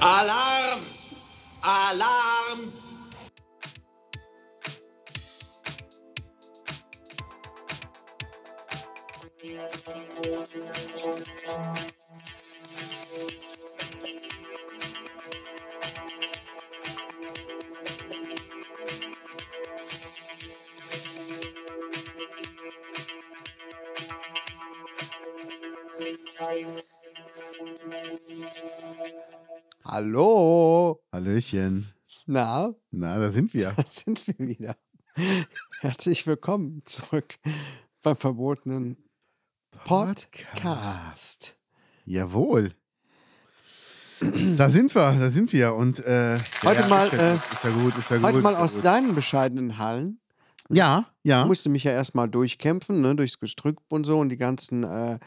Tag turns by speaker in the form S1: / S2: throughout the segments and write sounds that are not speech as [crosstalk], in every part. S1: Alarm! Alarm!
S2: Hallo.
S3: Hallöchen.
S2: Na, [laughs]
S3: Na, da sind wir.
S2: da sind wir wieder. Herzlich willkommen zurück beim verbotenen Podcast.
S3: Jawohl. Da sind wir, da sind wir. Und äh,
S2: Heute mal,
S3: Ist ja, gut, ist ja gut, ist ja gut.
S2: Heute mal
S3: ist ja
S2: aus
S3: gut.
S2: deinen bescheidenen Hallen.
S3: Ja, ja.
S2: musste mich ja erstmal durchkämpfen, ne, durchs Gestrüpp und so und die ganzen, äh,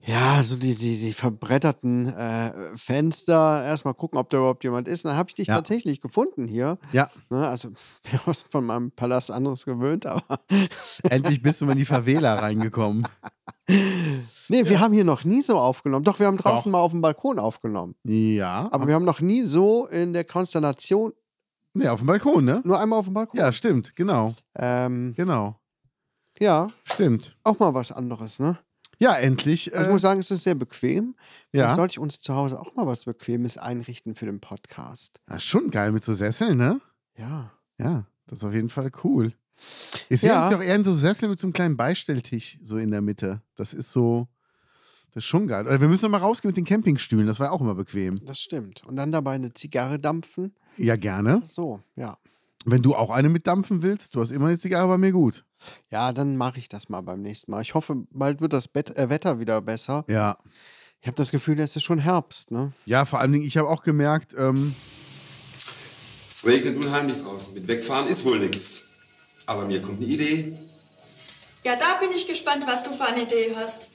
S2: ja, so die, die, die verbretterten äh, Fenster, erstmal gucken, ob da überhaupt jemand ist. Und dann habe ich dich
S3: Ja.
S2: tatsächlich gefunden hier.
S3: Ja.
S2: Ne, also, [laughs] bin auch von meinem Palast anderes gewöhnt, aber.
S3: [laughs] Endlich bist du mal in die Favela reingekommen.
S2: Nee, wir haben hier noch nie so aufgenommen. Doch, wir haben draußen
S3: Doch.
S2: mal auf dem Balkon aufgenommen.
S3: Ja.
S2: Aber wir haben noch nie so in der Konstellation,
S3: nee, auf dem Balkon, ne?
S2: nur einmal auf dem Balkon.
S3: Ja, stimmt. Genau,
S2: Ähm,
S3: genau.
S2: ja,
S3: Stimmt.
S2: auch mal was anderes, ne?
S3: Ja, endlich.
S2: Ich
S3: Äh,
S2: muss sagen, es ist sehr bequem. Vielleicht
S3: ja.
S2: sollte ich uns zu Hause auch mal was Bequemes einrichten für den Podcast.
S3: Das ist schon geil mit so Sesseln, ne?
S2: Ja.
S3: Ja, das ist auf jeden Fall cool. Ich sehe
S2: Ja.
S3: uns ja auch eher in so Sessel mit so einem kleinen Beistelltisch so in der Mitte. Das ist so, das ist schon geil. Oder wir müssen noch mal rausgehen mit den Campingstühlen, das war ja auch immer bequem.
S2: Das stimmt. Und dann dabei eine Zigarre dampfen.
S3: Ja, gerne.
S2: So, ja.
S3: Wenn du auch eine mitdampfen willst, du hast immer eine Zigarre bei mir gut.
S2: Ja, dann mache ich das mal beim nächsten Mal. Ich hoffe, bald wird das Bet äh, Wetter wieder besser.
S3: Ja.
S2: Ich habe das Gefühl, es ist schon Herbst, ne?
S3: Ja, vor allen Dingen, ich habe auch gemerkt, ähm,
S1: Es regnet unheimlich draußen. Mit Wegfahren ist wohl nichts. Aber mir kommt eine Idee.
S4: Ja, da bin ich gespannt, was du für eine Idee hast.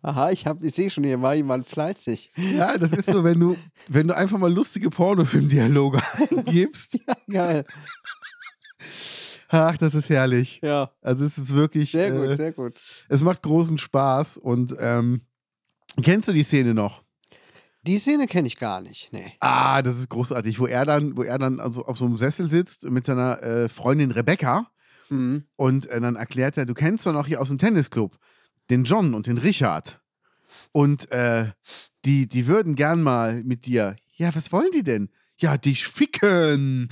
S2: Aha, ich, hab- ich sehe schon, hier war jemand fleißig.
S3: [laughs] ja, das ist so, wenn du, wenn du einfach mal lustige Pornofilmdialoge [laughs] eingibst.
S2: Geil.
S3: Ach, das ist herrlich.
S2: Ja.
S3: Also es ist wirklich,
S2: Sehr
S3: äh,
S2: gut, sehr gut.
S3: es macht großen Spaß und ähm, kennst du die Szene noch?
S2: Die Szene kenne ich gar nicht. Nee.
S3: Ah, das ist großartig, wo er dann, wo er dann also auf so einem Sessel sitzt mit seiner äh, Freundin Rebecca
S2: Mhm.
S3: und äh, dann erklärt er, du kennst doch noch hier aus dem Tennisclub den John und den Richard und äh, die, die würden gern mal mit dir. Ja, was wollen die denn? Ja, dich
S2: [laughs]
S3: ficken.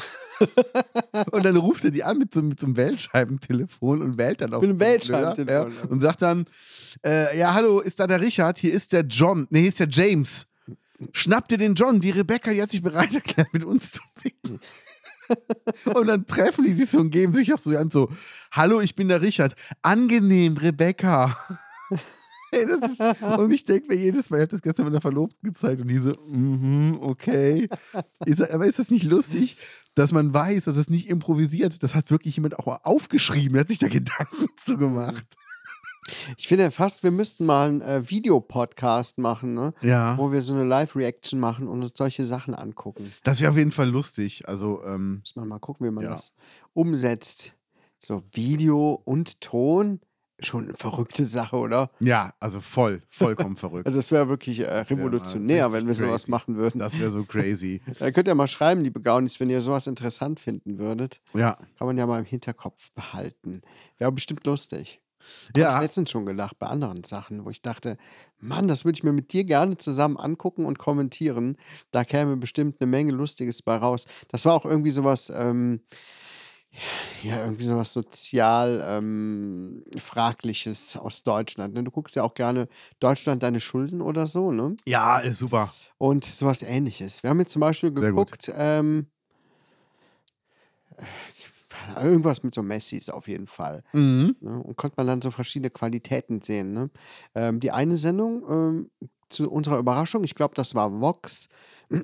S3: und dann ruft er die an mit so, mit so einem Wählscheibentelefon und wählt dann auf
S2: Mit einem
S3: so einen
S2: Wählscheibentelefon,
S3: Blöder,
S2: ja.
S3: ja, und sagt dann, äh, ja, hallo, ist da der Richard? Hier ist der John. Nee, hier ist der James. Schnapp dir den John, die Rebecca, die hat sich bereit erklärt, mit uns zu ficken. und dann treffen die sich so und geben sich auch so die Hand so, hallo, ich bin der Richard. Angenehm, Rebecca. [laughs] Ey, das ist, und ich denke mir jedes Mal, ich habe das gestern meiner Verlobten gezeigt und die so, mhm, okay. Ich sag, aber ist das nicht lustig, dass man weiß, dass es nicht improvisiert? Das hat wirklich jemand auch aufgeschrieben, der hat sich da Gedanken zu gemacht.
S2: Ich finde fast, wir müssten mal einen äh, Videopodcast machen, ne?
S3: Ja.
S2: Wo wir so eine Live-Reaction machen und uns solche Sachen angucken.
S3: Das wäre auf jeden Fall lustig. Also, ähm,
S2: Muss man mal gucken, wie man
S3: Ja.
S2: das umsetzt. So Video und Ton, schon eine verrückte Sache, oder?
S3: ja, also voll, [laughs] vollkommen verrückt.
S2: Also es wäre wirklich äh,
S3: wär mal
S2: revolutionär, wenn wir
S3: richtig
S2: sowas
S3: crazy.
S2: machen würden.
S3: Das [laughs] wäre so crazy.
S2: Da könnt ihr mal schreiben, liebe Gaunis, wenn ihr sowas interessant finden würdet.
S3: Ja.
S2: Kann man ja mal im Hinterkopf behalten. Wäre bestimmt lustig. Hab ich
S3: Ja.
S2: letztens schon gedacht bei anderen Sachen, wo ich dachte, Mann, das würde ich mir mit dir gerne zusammen angucken und kommentieren. Da käme bestimmt eine Menge Lustiges bei raus. Das war auch irgendwie sowas, ähm, ja, irgendwie sowas sozial ähm, Fragliches aus Deutschland. Ne? Du guckst ja auch gerne Deutschland deine Schulden oder so, ne?
S3: Ja, ist super.
S2: Und sowas ähnliches. Wir haben jetzt zum Beispiel
S3: Sehr gut.
S2: geguckt, ähm, äh, irgendwas mit so Messis auf jeden Fall.
S3: Mhm.
S2: Ne? Und konnte man dann so verschiedene Qualitäten sehen. Ne? Ähm, die eine Sendung, ähm, zu unserer Überraschung, ich glaube, das war Vox. [clears throat]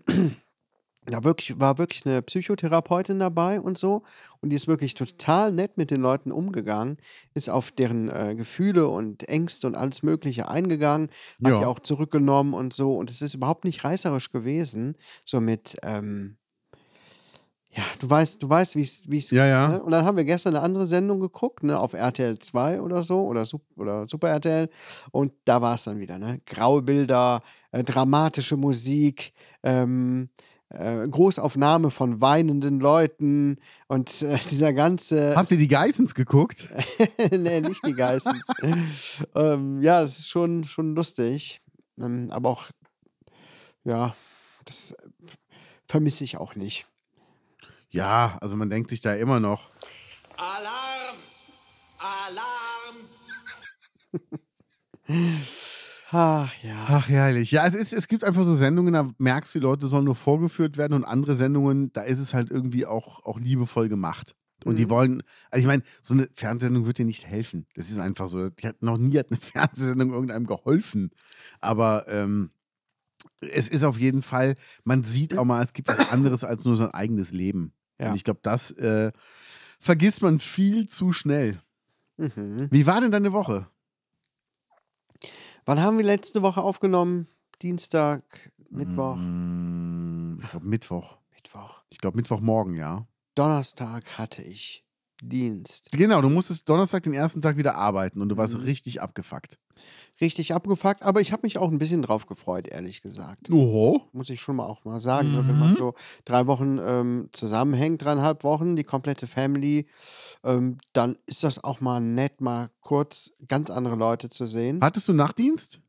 S2: Da wirklich, war wirklich eine Psychotherapeutin dabei und so. Und die ist wirklich total nett mit den Leuten umgegangen, ist auf deren äh, Gefühle und Ängste und alles Mögliche eingegangen, hat
S3: Ja.
S2: die auch zurückgenommen und so. Und es ist überhaupt nicht reißerisch gewesen, so mit, ähm, Ja, du weißt, du weißt, wie es, wie es.
S3: Ja, ja.
S2: Ne? Und dann haben wir gestern eine andere Sendung geguckt, ne, auf RTL 2 oder so oder, Sup oder Super RTL. Und da war es dann wieder, ne? Graue Bilder, äh, dramatische Musik, ähm, äh, Großaufnahme von weinenden Leuten und äh, [laughs] dieser ganze.
S3: Habt ihr die Geissens geguckt?
S2: [laughs] nee, nicht die [laughs] Geissens. ähm, ja, das ist schon, schon lustig. Ähm, aber auch, ja, das äh, vermisse ich auch nicht.
S3: Ja, also man denkt sich da immer noch.
S5: Alarm! Alarm!
S2: Ach ja.
S3: Ach, herrlich. Ja, es, ist, es gibt einfach so Sendungen, da merkst du, die Leute sollen nur vorgeführt werden und andere Sendungen, da ist es halt irgendwie auch, auch liebevoll gemacht. Und die wollen, also ich meine, so eine Fernsehsendung wird dir nicht helfen. Das ist einfach so. Die hat, noch nie hat eine [laughs] Fernsehsendung irgendeinem geholfen. Aber ähm, es ist auf jeden Fall, man sieht auch mal, es gibt was anderes als nur sein eigenes Leben.
S2: Ja.
S3: Und ich glaube, das äh, vergisst man viel zu schnell.
S2: Mhm.
S3: Wie war denn deine Woche?
S2: Wann haben wir letzte Woche aufgenommen? Dienstag, Mittwoch,
S3: Mhm. Mm, Ich glaube, Mittwoch.
S2: Mittwoch.
S3: Ich glaube, Mittwochmorgen, ja.
S2: Donnerstag hatte ich Dienst.
S3: Genau, du musstest Donnerstag den ersten Tag wieder arbeiten und du warst
S2: Mhm.
S3: richtig abgefuckt.
S2: Richtig abgefuckt, aber ich habe mich auch ein bisschen drauf gefreut, ehrlich gesagt.
S3: Oho.
S2: Muss ich schon mal auch mal sagen, ne, wenn man
S3: Mhm.
S2: so drei Wochen ähm, zusammenhängt, dreieinhalb Wochen, die komplette Family, ähm, dann ist das auch mal nett, mal kurz ganz andere Leute zu sehen.
S3: Hattest du Nachtdienst?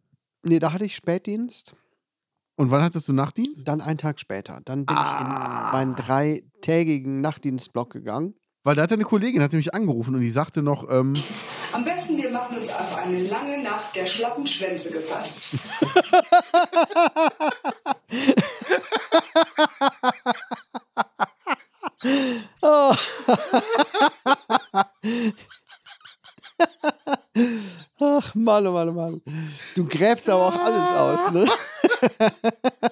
S2: Nee, da hatte ich Spätdienst,
S3: Und wann hattest du Nachtdienst?
S2: dann einen Tag später. Dann bin
S3: Ah.
S2: ich in meinen dreitägigen Nachtdienstblock gegangen.
S3: Weil da hat eine Kollegin, hat mich angerufen und die sagte noch,
S2: [laughs]
S3: ähm,
S6: Am besten wir machen uns auf eine lange Nacht der schlappen Schwänze gefasst.
S2: Oh. Ach, Mann, oh Mann, oh Mann. Du gräbst aber auch alles aus,
S3: [laughs]
S2: ne?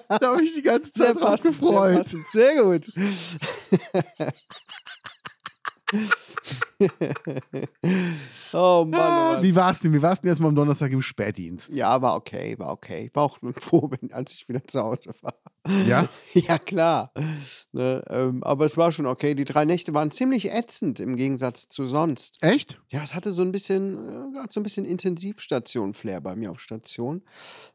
S3: da habe ich die ganze
S2: Sehr
S3: Zeit drauf
S2: passend, Sehr,
S3: gefreut.
S2: passend. sehr gut. [laughs] oh Mann, oh Mann.
S3: Ah, Wie war's denn? Wie war's denn erstmal am Donnerstag im Spätdienst?
S2: Ja, war okay, war okay. Ich war auch froh, [laughs] wenn, als ich wieder zu Hause war. [laughs]
S3: Ja?
S2: Ja, klar. Ne, ähm, aber es war schon okay. Die drei Nächte waren ziemlich ätzend im Gegensatz zu sonst.
S3: Echt?
S2: Ja, es hatte so ein bisschen, äh, hat so ein bisschen Intensivstation-Flair bei mir auf Station.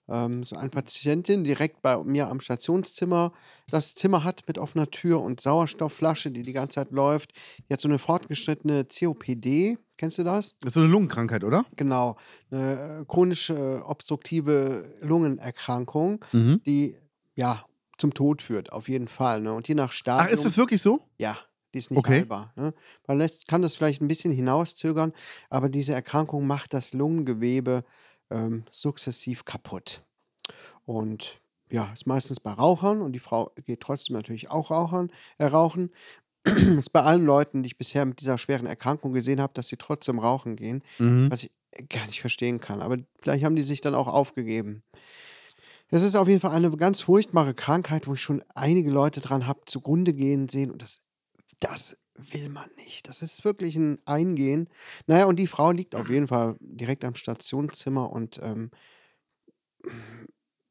S2: Ähm, so eine Patientin direkt bei mir am Stationszimmer, das Zimmer hat mit offener Tür und Sauerstoffflasche, die die ganze Zeit läuft. Die hat so eine fortgeschrittene COPD. Kennst du das?
S3: Das ist so eine Lungenkrankheit, oder?
S2: Genau, eine chronische äh, obstruktive Lungenerkrankung,
S3: Mhm.
S2: die ja zum Tod führt, auf jeden Fall. Ne? Und je nach Stadium.
S3: Ach, ist das wirklich so?
S2: Ja, die ist nicht
S3: Okay.
S2: heilbar. Ne? Man lässt, kann das vielleicht ein bisschen hinauszögern, aber diese Erkrankung macht das Lungengewebe ähm, sukzessiv kaputt. Und ja, ist meistens bei Rauchern und die Frau geht trotzdem natürlich auch rauchern, äh, rauchen. [clears throat] ist bei allen Leuten, die ich bisher mit dieser schweren Erkrankung gesehen habe, dass sie trotzdem rauchen gehen,
S3: Mhm.
S2: was ich äh, gar nicht verstehen kann. Aber vielleicht haben die sich dann auch aufgegeben. Das ist auf jeden Fall eine ganz furchtbare Krankheit, wo ich schon einige Leute dran habe zugrunde gehen sehen. Und das, das will man nicht. Das ist wirklich ein Eingehen. Naja, und die Frau liegt auf jeden Fall direkt am Stationszimmer und ähm,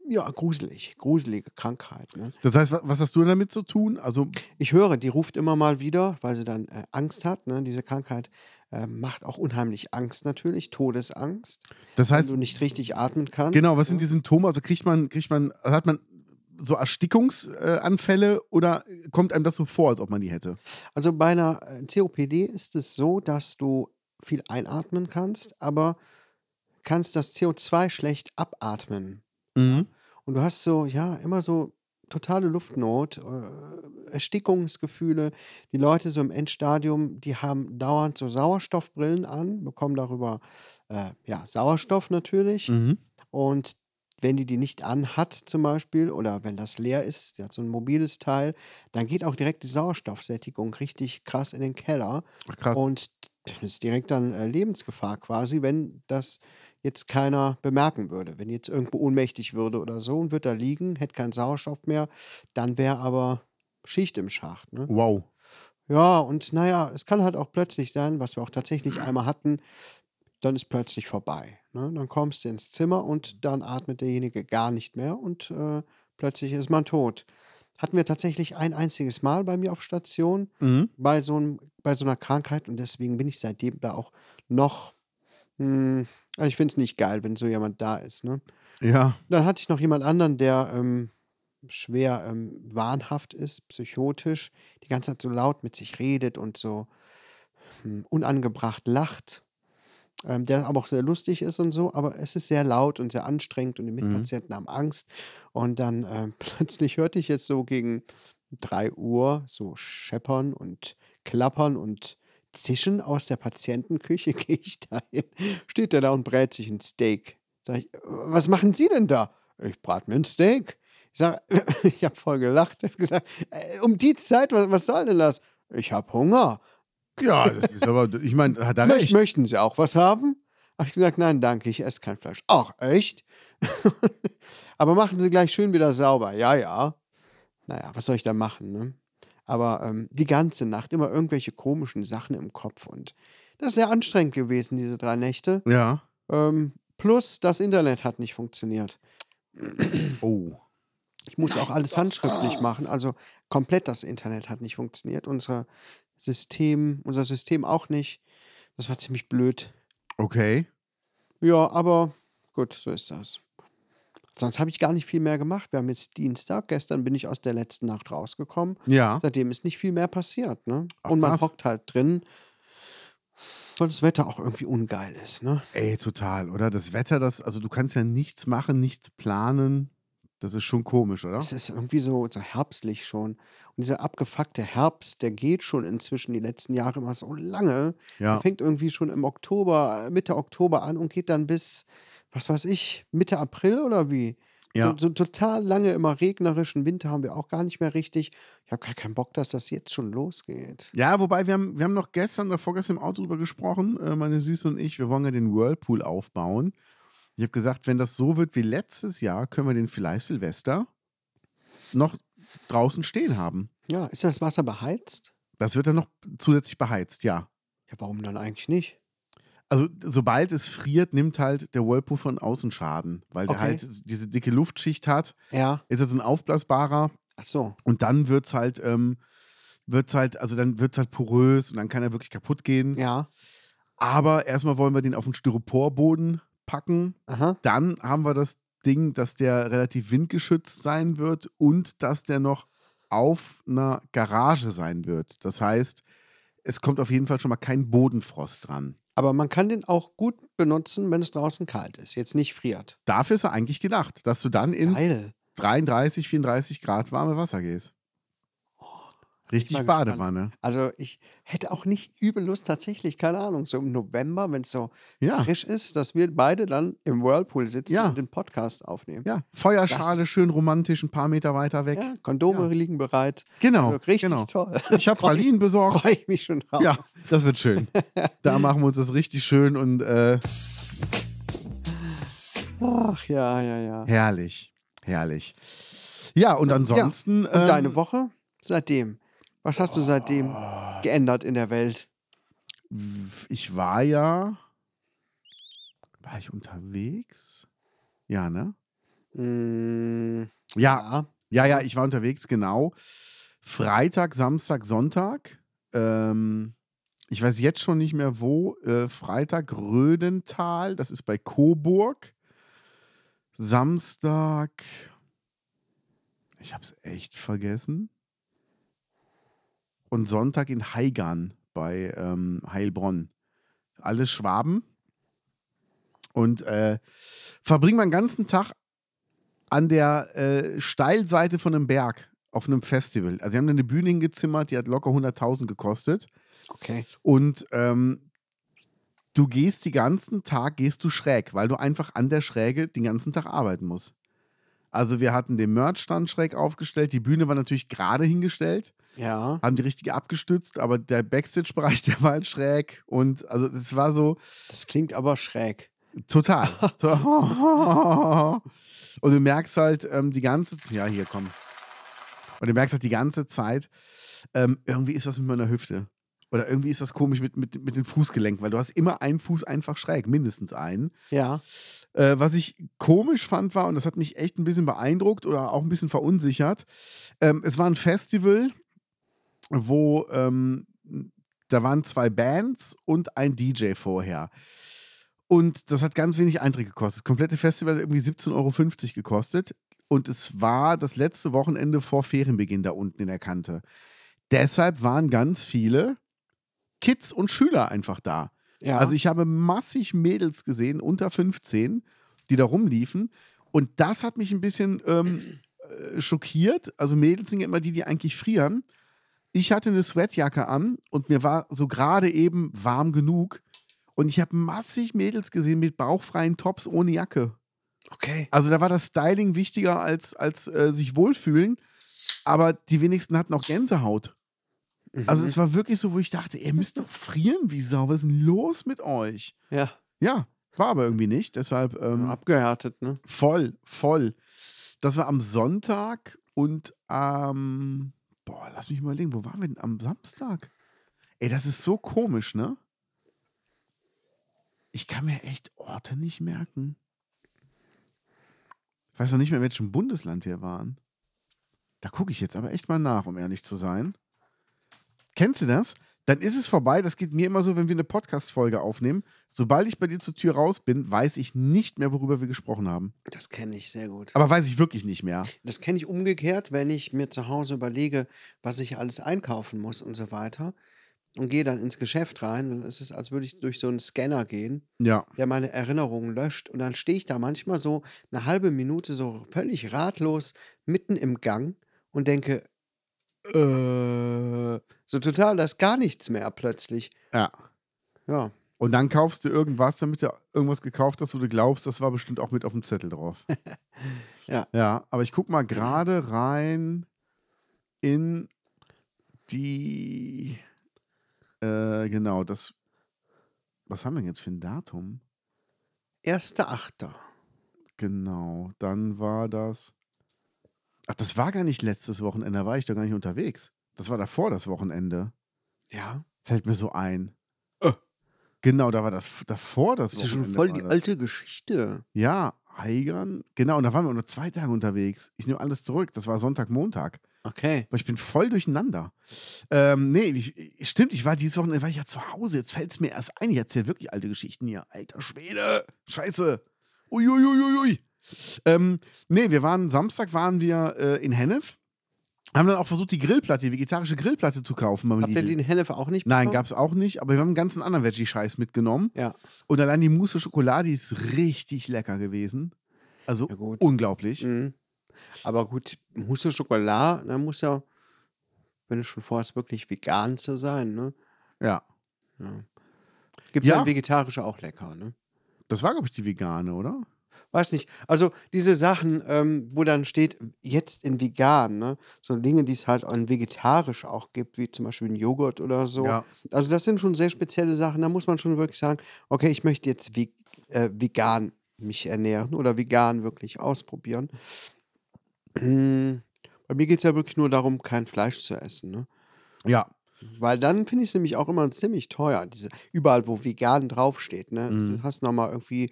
S2: ja, gruselig. Gruselige Krankheit. Ne?
S3: Das heißt, wa- was hast du denn damit zu tun? Also,
S2: Ich höre, die ruft immer mal wieder, weil sie dann äh, Angst hat. Ne? Diese Krankheit äh, macht auch unheimlich Angst natürlich, Todesangst
S3: das
S2: wenn
S3: heißt,
S2: du nicht richtig atmen kannst.
S3: genau, was sind
S2: ne?
S3: die Symptome? Also kriegt man, kriegt man, also hat man so Erstickungsanfälle äh, oder kommt einem das so vor, als ob man die hätte?
S2: Also bei einer äh, COPD ist es so, dass du viel einatmen kannst, aber kannst das CO2 schlecht abatmen.
S3: Mhm.
S2: Und du hast so, ja, immer so totale Luftnot, äh, Erstickungsgefühle. Die Leute so im Endstadium, die haben dauernd so Sauerstoffbrillen an, bekommen darüber äh, ja, Sauerstoff natürlich.
S3: Mhm.
S2: Und wenn die die nicht anhat zum Beispiel oder wenn das leer ist, sie hat so ein mobiles Teil, dann geht auch direkt die Sauerstoffsättigung richtig krass in den Keller
S3: Ach, krass.
S2: und das ist direkt dann äh, Lebensgefahr quasi, wenn das jetzt keiner bemerken würde. Wenn die jetzt irgendwo ohnmächtig würde oder so und wird da liegen, hätte keinen Sauerstoff mehr, dann wäre aber Schicht im Schacht. Ne?
S3: wow.
S2: Ja, und naja, es kann halt auch plötzlich sein, was wir auch tatsächlich einmal hatten, dann ist plötzlich vorbei. Ne? Dann kommst du ins Zimmer und dann atmet derjenige gar nicht mehr und äh, plötzlich ist man tot. Hatten wir tatsächlich ein einziges Mal bei mir auf Station
S3: Mhm.
S2: bei so, einem, bei so einer Krankheit und deswegen bin ich seitdem da auch noch. Mh, also ich finde es nicht geil, wenn so jemand da ist. Ne?
S3: Ja.
S2: Dann hatte ich noch jemand anderen, der ähm, schwer ähm, wahnhaft ist, psychotisch, die ganze Zeit so laut mit sich redet und so hm, unangebracht lacht. Ähm, der aber auch sehr lustig ist und so, aber es ist sehr laut und sehr anstrengend und die Mitpatienten haben Angst. Und dann ähm, [laughs] plötzlich hörte ich jetzt so gegen 3 Uhr so scheppern und klappern und zischen aus der Patientenküche. [laughs] Gehe ich da hin, steht der da und brät sich ein Steak. Sag ich, "Äh, was machen Sie denn da? Ich brate mir ein Steak. Ich sag, [laughs] ich habe voll gelacht. Ich hab gesagt, "Äh, um die Zeit, was, was soll denn das? Ich habe Hunger.
S3: Ja, das ist aber, [laughs] ich meine, hat er
S2: Mö-
S3: recht.
S2: Möchten Sie auch was haben? Habe ich gesagt, nein, danke, ich esse kein Fleisch. Ach, echt? [laughs] Aber machen Sie gleich schön wieder sauber. Ja, ja. Naja, was soll ich da machen, ne? Aber ähm, die ganze Nacht immer irgendwelche komischen Sachen im Kopf und das ist sehr anstrengend gewesen, diese drei Nächte.
S3: Ja.
S2: Ähm, plus, das Internet hat nicht funktioniert.
S3: Oh.
S2: Ich musste auch alles handschriftlich machen. Also komplett das Internet hat nicht funktioniert. Unser System, unser System auch nicht. Das war ziemlich blöd.
S3: Okay.
S2: Ja, aber gut, so ist das. Sonst habe ich gar nicht viel mehr gemacht. Wir haben jetzt Dienstag. Gestern bin ich aus der letzten Nacht rausgekommen.
S3: Ja.
S2: Seitdem ist nicht viel mehr passiert. Ne?
S3: Ach,
S2: Und man
S3: krass.
S2: hockt halt drin, weil das Wetter auch irgendwie ungeil ist. Ne?
S3: Ey, total, oder? Das Wetter, das, also du kannst ja nichts machen, nichts planen. Das ist schon komisch, oder?
S2: Es ist irgendwie so, so herbstlich schon. Und dieser abgefuckte Herbst, der geht schon inzwischen die letzten Jahre immer so lange.
S3: Ja.
S2: Der fängt irgendwie schon im Oktober, äh, Mitte Oktober an und geht dann bis, was weiß ich, Mitte April oder wie?
S3: Ja.
S2: So, so total lange immer regnerischen Winter haben wir auch gar nicht mehr richtig. Ich habe gar keinen Bock, dass das jetzt schon losgeht.
S3: Ja, wobei wir haben, wir haben noch gestern oder vorgestern im Auto drüber gesprochen, äh, meine Süße und ich. Wir wollen ja den Whirlpool aufbauen. Ich habe gesagt, wenn das so wird wie letztes Jahr, können wir den vielleicht Silvester noch draußen stehen haben.
S2: Ja, ist das Wasser beheizt?
S3: Das wird dann noch zusätzlich beheizt, ja.
S2: Ja, warum dann eigentlich nicht?
S3: Also sobald es friert, nimmt halt der Whirlpool von außen Schaden, weil der
S2: Okay.
S3: halt diese dicke Luftschicht hat.
S2: Ja,
S3: Ist das ein aufblasbarer
S2: ach so.
S3: und dann wird's halt, ähm, wird's halt, also dann wird's halt porös und dann kann er wirklich kaputt gehen.
S2: Ja,
S3: Aber erstmal wollen wir den auf den Styroporboden packen.
S2: aha.
S3: Dann haben wir das Ding, dass der relativ windgeschützt sein wird und dass der noch auf einer Garage sein wird. Das heißt, es kommt auf jeden Fall schon mal kein Bodenfrost dran.
S2: Aber man kann den auch gut benutzen, wenn es draußen kalt ist, jetzt nicht friert.
S3: Dafür ist er eigentlich gedacht, dass du dann ins
S2: Geil.
S3: 33, 34 Grad warme Wasser gehst. Richtig
S2: Oh, mal gespannt.
S3: Badewanne.
S2: Also ich hätte auch nicht übel Lust tatsächlich, keine Ahnung, so im November, wenn es so
S3: Ja.
S2: frisch ist, dass wir beide dann im Whirlpool sitzen
S3: Ja.
S2: und den Podcast aufnehmen.
S3: Ja, Feuerschale, schön romantisch, ein paar Meter weiter weg.
S2: Ja, Kondome liegen bereit.
S3: Genau,
S2: Also richtig [laughs]
S3: genau. [laughs]
S2: toll.
S3: Ich habe Pralinen besorgt.
S2: Freue ich mich schon drauf.
S3: Ja, das wird schön. da machen wir uns das richtig schön und äh,
S2: Ach ja, ja, ja.
S3: herrlich. Herrlich. Ja, und ansonsten.
S2: Und
S3: ähm, Ah.
S2: deine Woche? Seitdem. Was hast du seitdem geändert in der Welt?
S3: Ich war ja. War ich unterwegs? Ja, ne?
S2: Mm,
S3: Ja, Ja, ja, ich war unterwegs, genau. Freitag, Samstag, Sonntag. Ähm, ich weiß jetzt schon nicht mehr wo. Äh, Freitag Rödental, das ist bei Coburg. Samstag. Ich hab's echt vergessen. Und Sonntag in Heigern bei ähm, Heilbronn. Alles Schwaben. Und äh, verbringen meinen ganzen Tag an der äh, Steilseite von einem Berg auf einem Festival. Also sie haben da eine Bühne hingezimmert, die hat locker 100.000 gekostet.
S2: Okay.
S3: Und ähm, du gehst den ganzen Tag, gehst du schräg, weil du einfach an der Schräge den ganzen Tag arbeiten musst. Also wir hatten den Merchstand schräg aufgestellt, die Bühne war natürlich gerade hingestellt,
S2: Ja.
S3: haben die richtige abgestützt, aber der Backstage-Bereich, [laughs] der war halt schräg. Und also es war so,
S2: Das klingt aber schräg.
S3: Total. To- [laughs] Und du merkst halt ähm, die ganze Zeit, ja, hier komm. Und du merkst halt die ganze Zeit, ähm, irgendwie ist was mit meiner Hüfte. Oder irgendwie ist das komisch mit, mit, mit den Fußgelenken, weil du hast immer einen Fuß einfach schräg, mindestens einen.
S2: Ja.
S3: Äh, was ich komisch fand war, und das hat mich echt ein bisschen beeindruckt oder auch ein bisschen verunsichert, ähm, es war ein Festival, wo ähm, da waren zwei Bands und ein DJ vorher. Und das hat ganz wenig Eintritt gekostet. Das komplette Festival hat irgendwie 17,50 Euro gekostet. Und es war das letzte Wochenende vor Ferienbeginn da unten in der Kante. Deshalb waren ganz viele Kids und Schüler einfach da.
S2: Ja.
S3: Also ich habe massig Mädels gesehen, unter 15, die da rumliefen. Und das hat mich ein bisschen ähm, äh, schockiert. Also Mädels sind ja immer die, die eigentlich frieren. Ich hatte eine Sweatjacke an und mir war so gerade eben warm genug. Und ich habe massig Mädels gesehen mit bauchfreien Tops ohne Jacke.
S2: okay.
S3: Also da war das Styling wichtiger als, als äh, sich wohlfühlen. Aber die wenigsten hatten auch Gänsehaut. Also es war wirklich so, wo ich dachte, ihr müsst doch frieren wie Sau. Was ist denn los mit euch?
S2: Mhm. ja,
S3: Ja, war aber irgendwie nicht. Deshalb ähm,
S2: abgehärtet, ne?
S3: voll, voll. Das war am Sonntag und am, boah, lass mich mal überlegen, wo waren wir denn? Am Samstag? Ey, das ist so komisch, ne? Ich kann mir echt Orte nicht merken. Ich weiß noch nicht mehr, in welchem Bundesland wir waren. Da gucke ich jetzt aber echt mal nach, um ehrlich zu sein. Kennst du das? Dann ist es vorbei. Das geht mir immer so, wenn wir eine Podcast-Folge aufnehmen. Sobald ich bei dir zur Tür raus bin, weiß ich nicht mehr, worüber wir gesprochen haben.
S2: Das kenne ich sehr gut.
S3: Aber weiß ich wirklich nicht mehr.
S2: Das kenne ich umgekehrt, wenn ich mir zu Hause überlege, was ich alles einkaufen muss und so weiter. Und gehe dann ins Geschäft rein, dann ist es, als würde ich durch so einen Scanner gehen,
S3: Ja.
S2: der meine Erinnerungen löscht. Und dann stehe ich da manchmal so eine halbe Minute so völlig ratlos mitten im Gang und denke, äh, so total, da ist gar nichts mehr plötzlich.
S3: Ja.
S2: Ja,
S3: Und dann kaufst du irgendwas, damit du irgendwas gekauft hast, wo du glaubst, das war bestimmt auch mit auf dem Zettel drauf.
S2: Ja.
S3: Ja, aber ich guck mal gerade rein in die. Äh, genau, das. Was haben wir denn jetzt für ein Datum?
S2: 1.8.
S3: Genau, dann war das. Ach, das war gar nicht letztes Wochenende, da war ich doch gar nicht unterwegs. Das war davor das Wochenende.
S2: Ja,
S3: Fällt mir so ein. Genau, da war das davor das
S2: das Äh. ist ja schon
S3: Wochenende
S2: voll
S3: war
S2: die
S3: das.
S2: alte Geschichte.
S3: Ja, Heigern. Genau, und da waren wir nur zwei Tage unterwegs. Ich nehme alles zurück. Das war Sonntag, Montag.
S2: Okay.
S3: Aber ich bin voll durcheinander. Ähm, nee, ich, ich- stimmt, ich war dieses Wochenende war ich ja zu Hause. Jetzt fällt es mir erst ein. Ich erzähle wirklich alte Geschichten hier. Alter Schwede. Scheiße. Uiuiuiui. Ähm, nee, wir waren, Samstag waren wir äh, in Hennef. Haben dann auch versucht, die Grillplatte, die vegetarische Grillplatte zu kaufen. beim
S2: Habt ihr
S3: Lidl.
S2: den Hennef auch nicht
S3: Nein,
S2: bekommen?
S3: gab's auch nicht, aber wir haben einen ganzen anderen Veggie-Scheiß mitgenommen.
S2: Ja.
S3: Und allein die Mousse Schokolade die ist richtig lecker gewesen. Also
S2: Ja, gut.
S3: unglaublich.
S2: Mhm. Aber gut, Mousse au Chocolat, da muss ja, wenn du schon vorhast, wirklich vegan zu sein, ne?
S3: Ja.
S2: Ja. Gibt
S3: Ja.
S2: ja vegetarische auch lecker, ne?
S3: Das war, glaube ich, die vegane, oder?
S2: Weiß nicht. Also diese Sachen, ähm, wo dann steht, jetzt in vegan, ne? So Dinge, die es halt an vegetarisch auch gibt, wie zum Beispiel ein Joghurt oder so.
S3: Ja.
S2: Also das sind schon sehr spezielle Sachen. Da muss man schon wirklich sagen, okay, ich möchte jetzt ve äh, vegan mich ernähren oder vegan wirklich ausprobieren. Hm, Bei mir geht es ja wirklich nur darum, kein Fleisch zu essen. Ne?
S3: Ja.
S2: Weil dann finde ich es nämlich auch immer ziemlich teuer. Diese, überall, wo vegan draufsteht, ne?
S3: Mhm.
S2: Du hast nochmal irgendwie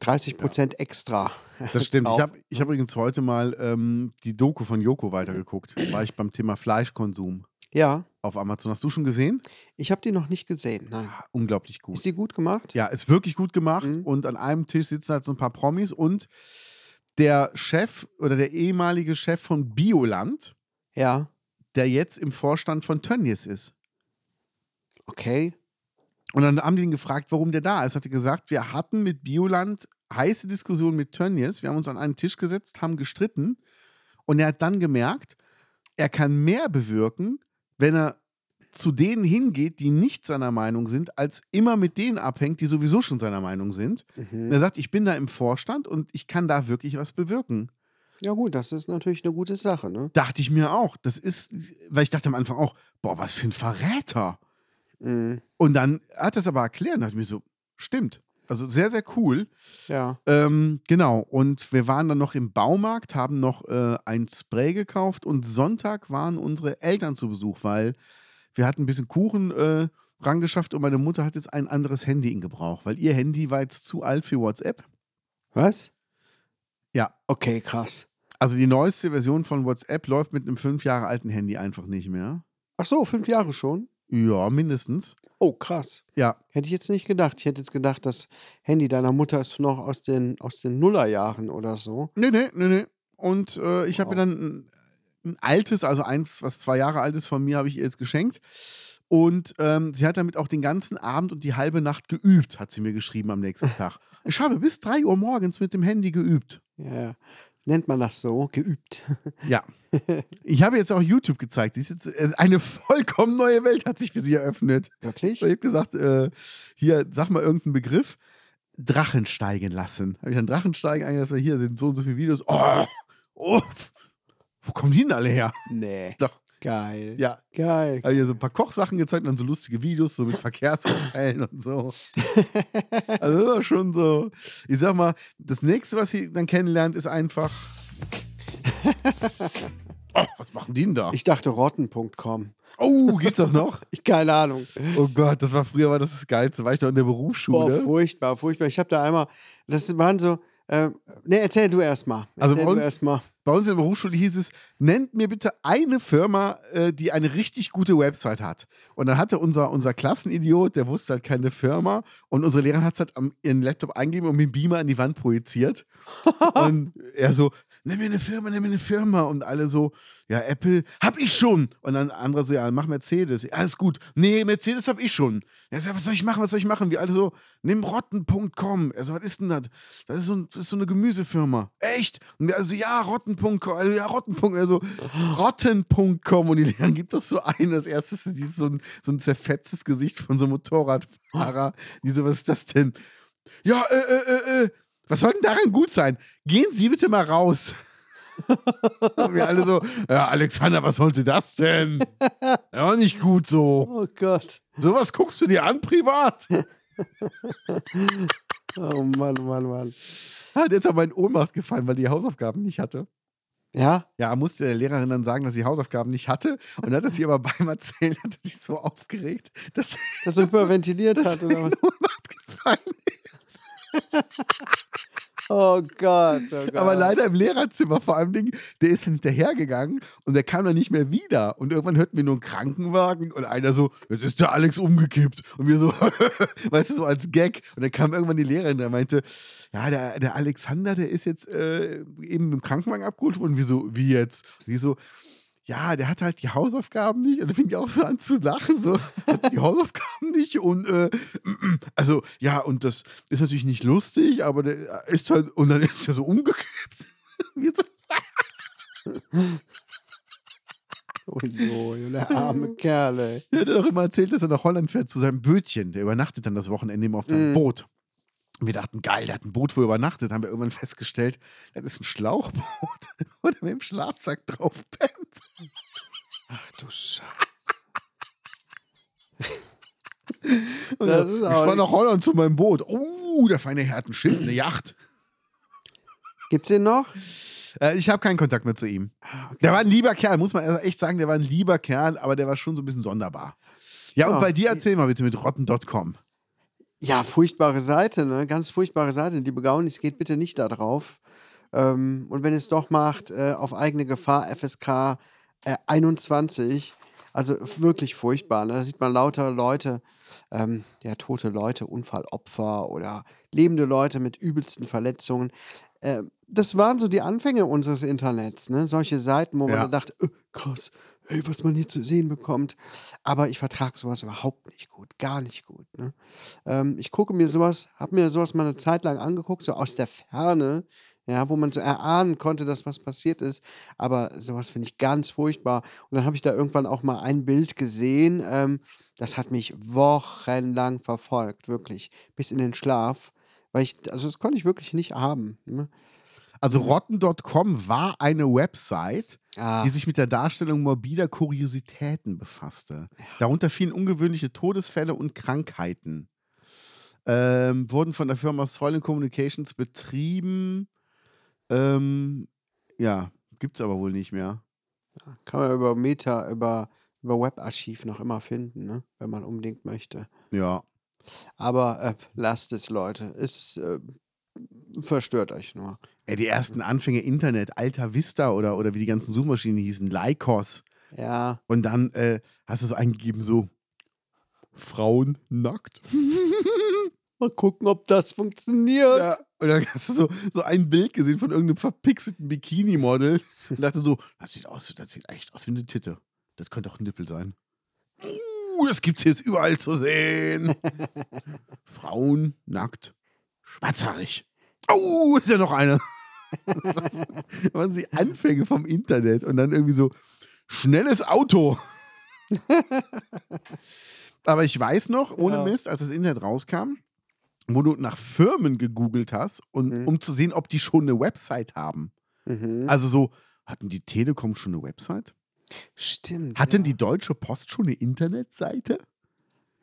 S2: 30 Prozent extra. [laughs]
S3: Das stimmt. Ich
S2: Auf-
S3: habe ich hab übrigens heute mal ähm, die Doku von Joko weitergeguckt. Da war ich beim Thema Fleischkonsum
S2: Ja,
S3: auf Amazon. Hast du schon gesehen?
S2: ich habe die noch nicht gesehen. Nein.
S3: Ah, unglaublich gut.
S2: Ist die gut gemacht?
S3: Ja, ist wirklich gut gemacht.
S2: Mhm.
S3: Und an einem Tisch sitzen halt so ein paar Promis und der Chef oder der ehemalige Chef von Bioland,
S2: Ja.
S3: der jetzt im Vorstand von Tönnies ist.
S2: Okay.
S3: Und dann haben die ihn gefragt, warum der da ist. Hat er gesagt, wir hatten mit Bioland heiße Diskussionen mit Tönnies. Wir haben uns an einen Tisch gesetzt, haben gestritten. Und er hat dann gemerkt, er kann mehr bewirken, wenn er zu denen hingeht, die nicht seiner Meinung sind, als immer mit denen abhängt, die sowieso schon seiner Meinung sind. Und
S2: Mhm.
S3: er sagt, ich bin da im Vorstand und ich kann da wirklich was bewirken.
S2: Ja gut, das ist natürlich eine gute Sache, ne?
S3: Dachte ich mir auch. Das ist, weil ich dachte am Anfang auch, boah, was für ein Verräter.
S2: Mhm.
S3: Und dann hat er es aber erklärt und dachte ich mir so, stimmt. Also sehr, sehr cool.
S2: Ja.
S3: Ähm, genau, und wir waren dann noch im Baumarkt, haben noch äh, ein Spray gekauft und Sonntag waren unsere Eltern zu Besuch, weil wir hatten ein bisschen Kuchen äh, rangeschafft und meine Mutter hat jetzt ein anderes Handy in Gebrauch, weil ihr Handy war jetzt zu alt für WhatsApp
S2: Was?
S3: Ja,
S2: Okay, krass.
S3: also die neueste Version von WhatsApp läuft mit einem fünf Jahre alten Handy einfach nicht mehr.
S2: Ach so, fünf Jahre schon?
S3: Ja, mindestens.
S2: Oh, krass.
S3: Ja,
S2: Hätte ich jetzt nicht gedacht. Ich hätte jetzt gedacht, das Handy deiner Mutter ist noch aus den, aus den Nullerjahren oder so.
S3: Nee, nee, nee, nee. ne, Und äh, ich habe
S2: Wow.
S3: ihr dann ein, ein altes, also eins, was zwei Jahre alt ist von mir, habe ich ihr jetzt geschenkt. Und ähm, sie hat damit auch den ganzen Abend und die halbe Nacht geübt, hat sie mir geschrieben am nächsten Tag. Ich habe bis 3 Uhr morgens mit dem Handy geübt.
S2: Ja, ja. Nennt man das so? Geübt. [laughs]
S3: Ja. Ich habe jetzt auch YouTube gezeigt. Sie ist jetzt, äh, eine [laughs] vollkommen neue Welt hat sich für sie eröffnet.
S2: Wirklich?
S3: Ich habe gesagt, äh, hier, sag mal irgendeinen Begriff. Drachen steigen lassen. Habe ich dann Drachen steigen eingelassen? Hier sind so und so viele Videos. Oh, oh, wo kommen die denn alle her?
S2: Nee.
S3: Doch.
S2: Geil.
S3: Ja, Also,
S2: Geil.
S3: habe hier so ein paar Kochsachen gezeigt und dann so lustige Videos,
S2: [laughs]
S3: so mit Verkehrsunfällen und so. Also das war schon so. Ich sag mal, das nächste, was sie dann kennenlernt,
S2: [laughs]
S3: ist einfach. Oh, was machen die denn da?
S2: Ich dachte rotten.com.
S3: oh, gibt's das noch?
S2: Ich keine Ahnung.
S3: Oh Gott, das war früher war das das Geilste. War ich noch in der Berufsschule?
S2: Boah, furchtbar, furchtbar. Ich habe da einmal, das waren so, äh, ne, erzähl du erst mal.
S3: Also bei
S2: erzähl du
S3: uns-
S2: erst mal.
S3: Bei uns in der Berufsschule hieß es, nennt mir bitte eine Firma, äh, die eine richtig gute Website hat. Und dann hatte unser, unser Klassenidiot, der wusste halt keine Firma. Und unsere Lehrerin hat es halt am ihren Laptop eingegeben und mit dem Beamer an die Wand projiziert. und er so, nenn mir eine Firma, nenn mir eine Firma. Und alle so, ja, Apple, hab ich schon. Und dann andere so, ja, mach Mercedes. Ja, ist gut. Nee, Mercedes hab ich schon. Er so, ja, was soll ich machen, was soll ich machen? Wir alle so, nimm rotten.com. Er so, was ist denn das? Das ist so, ein, das ist so eine Gemüsefirma. Echt? Und wir alle so, ja, rotten.com. Also, ja, rotten.com. Er so, rotten.com. Und die Lehrerin gibt das so ein. Das erste ist dieses, so, ein, so ein zerfetztes Gesicht von so einem Motorradfahrer. Die so, was ist das denn? Ja, äh, äh, äh, äh. Was soll denn daran gut sein? Gehen Sie bitte mal raus. Und wir alle so, ja, Alexander, was sollte das denn? Ja, nicht gut so.
S2: Oh Gott.
S3: Sowas guckst du dir an privat.
S2: Oh Mann, Mann, Mann.
S3: Hat jetzt aber in Ohnmacht gefallen, weil die Hausaufgaben nicht hatte.
S2: Ja,
S3: Ja, musste der Lehrerin dann sagen, dass sie Hausaufgaben nicht hatte. Und dann hat er sie aber beim Erzählen hat er sich so aufgeregt, dass sie [laughs]
S2: dass er überventiliert hat oder was?
S3: in Ohnmacht gefallen ist.
S2: Oh Gott, [laughs] oh Gott.
S3: Aber leider im Lehrerzimmer vor allem, Dingen, der ist dann hinterhergegangen und der kam dann nicht mehr wieder. Und irgendwann hörten wir nur einen Krankenwagen und einer so, jetzt ist der Alex umgekippt. Und wir so, [laughs] weißt du, so als Gag. Und dann kam irgendwann die Lehrerin und meinte, ja, der, der Alexander, der ist jetzt äh, eben im Krankenwagen abgeholt worden. Und wir so, wie jetzt? Sie so, ja, der hat halt die Hausaufgaben nicht. Und dann fing ich auch so an zu lachen. So, hat die Hausaufgaben nicht. Und äh, [clears throat] also, ja, und das ist natürlich nicht lustig, aber der ist halt, und dann ist er so umgekippt. [laughs] Wir so,
S2: Uiui, der [laughs] arme Kerl, ey.
S3: [laughs] Er hat doch immer erzählt, dass er nach Holland fährt zu seinem Bötchen. Der übernachtet dann das Wochenende immer auf
S2: Mhm.
S3: seinem Boot. Und wir dachten, geil, der hat ein Boot, wo er übernachtet. Haben wir irgendwann [laughs] festgestellt, das ist ein Schlauchboot, [laughs] wo der mit dem Schlafsack drauf pennt.
S2: Ach
S3: [laughs]
S2: du Scheiße.
S3: Und
S2: Das
S3: er,
S2: ist
S3: ich
S2: auch
S3: fahre
S2: nicht-
S3: nach Holland zu meinem Boot. Oh, der feine Herr hat ein Schiff, eine Yacht.
S2: Gibt's den noch?
S3: Äh, ich habe keinen Kontakt mehr zu ihm. Der war ein lieber Kerl, muss man echt sagen, der war ein lieber Kerl, aber der war schon so ein bisschen sonderbar. Ja, und
S2: Ja.
S3: bei dir erzähl mal bitte mit rotten.com.
S2: Ja, furchtbare Seite, ne? Ganz furchtbare Seite. Liebe Gaunis, geht bitte nicht da drauf. Ähm, und wenn ihr es doch macht, äh, auf eigene Gefahr, FSK äh, 21. Also f- wirklich furchtbar. Ne? Da sieht man lauter Leute, ähm, ja, tote Leute, Unfallopfer oder lebende Leute mit übelsten Verletzungen. Ähm, das waren so die Anfänge unseres Internets, ne? Solche Seiten, wo man
S3: Ja.
S2: dann dachte, äh, krass, ey, was man hier zu sehen bekommt. Aber ich vertrage sowas überhaupt nicht gut, gar nicht gut. Ne? Ähm, ich gucke mir sowas, habe mir sowas mal eine Zeit lang angeguckt, so aus der Ferne, ja, wo man so erahnen konnte, dass was passiert ist. Aber sowas finde ich ganz furchtbar. Und dann habe ich da irgendwann auch mal ein Bild gesehen. Ähm, das hat mich wochenlang verfolgt, wirklich, bis in den Schlaf. Weil ich, also das konnte ich wirklich nicht haben. Ne?
S3: Also rotten.com war eine Website,
S2: Ah,
S3: die sich mit der Darstellung morbider Kuriositäten befasste. Darunter fielen ungewöhnliche Todesfälle und Krankheiten. Ähm, wurden von der Firma Soylent Communications betrieben. Ähm, ja, gibt's aber wohl nicht mehr.
S2: kann man über Meta, über, über Webarchiv noch immer finden, ne? wenn man unbedingt möchte.
S3: Ja.
S2: Aber äh, lasst es, Leute. Ist äh, verstört euch nur.
S3: Ey, die ersten Anfänge Internet, Alta Vista oder, oder wie die ganzen Suchmaschinen hießen, Lycos.
S2: Ja,
S3: Und dann äh, hast du so eingegeben, so Frauen nackt.
S2: mal gucken, ob das funktioniert.
S3: Ja. Und dann hast du so, so ein Bild gesehen von irgendeinem verpixelten Bikini-Model und dachte so, das sieht, aus, das sieht echt aus wie eine Titte. Das könnte auch ein Nippel sein. Uh, das gibt's jetzt überall
S2: [laughs]
S3: zu sehen. Frauen nackt, schwarzhaarig. Oh, ist ja noch eine. [laughs] das waren die Anfänge vom Internet und dann irgendwie so
S2: [laughs]
S3: schnelles Auto. Aber ich weiß noch, ohne
S2: Ja.
S3: Mist, als das Internet rauskam, wo du nach Firmen gegoogelt hast, und,
S2: Mhm.
S3: um zu sehen, ob die schon eine Website haben.
S2: Mhm.
S3: Also so, hatten die Telekom schon eine Website?
S2: Stimmt.
S3: Hat denn
S2: ja. Ah.
S3: die Deutsche Post schon eine Internetseite?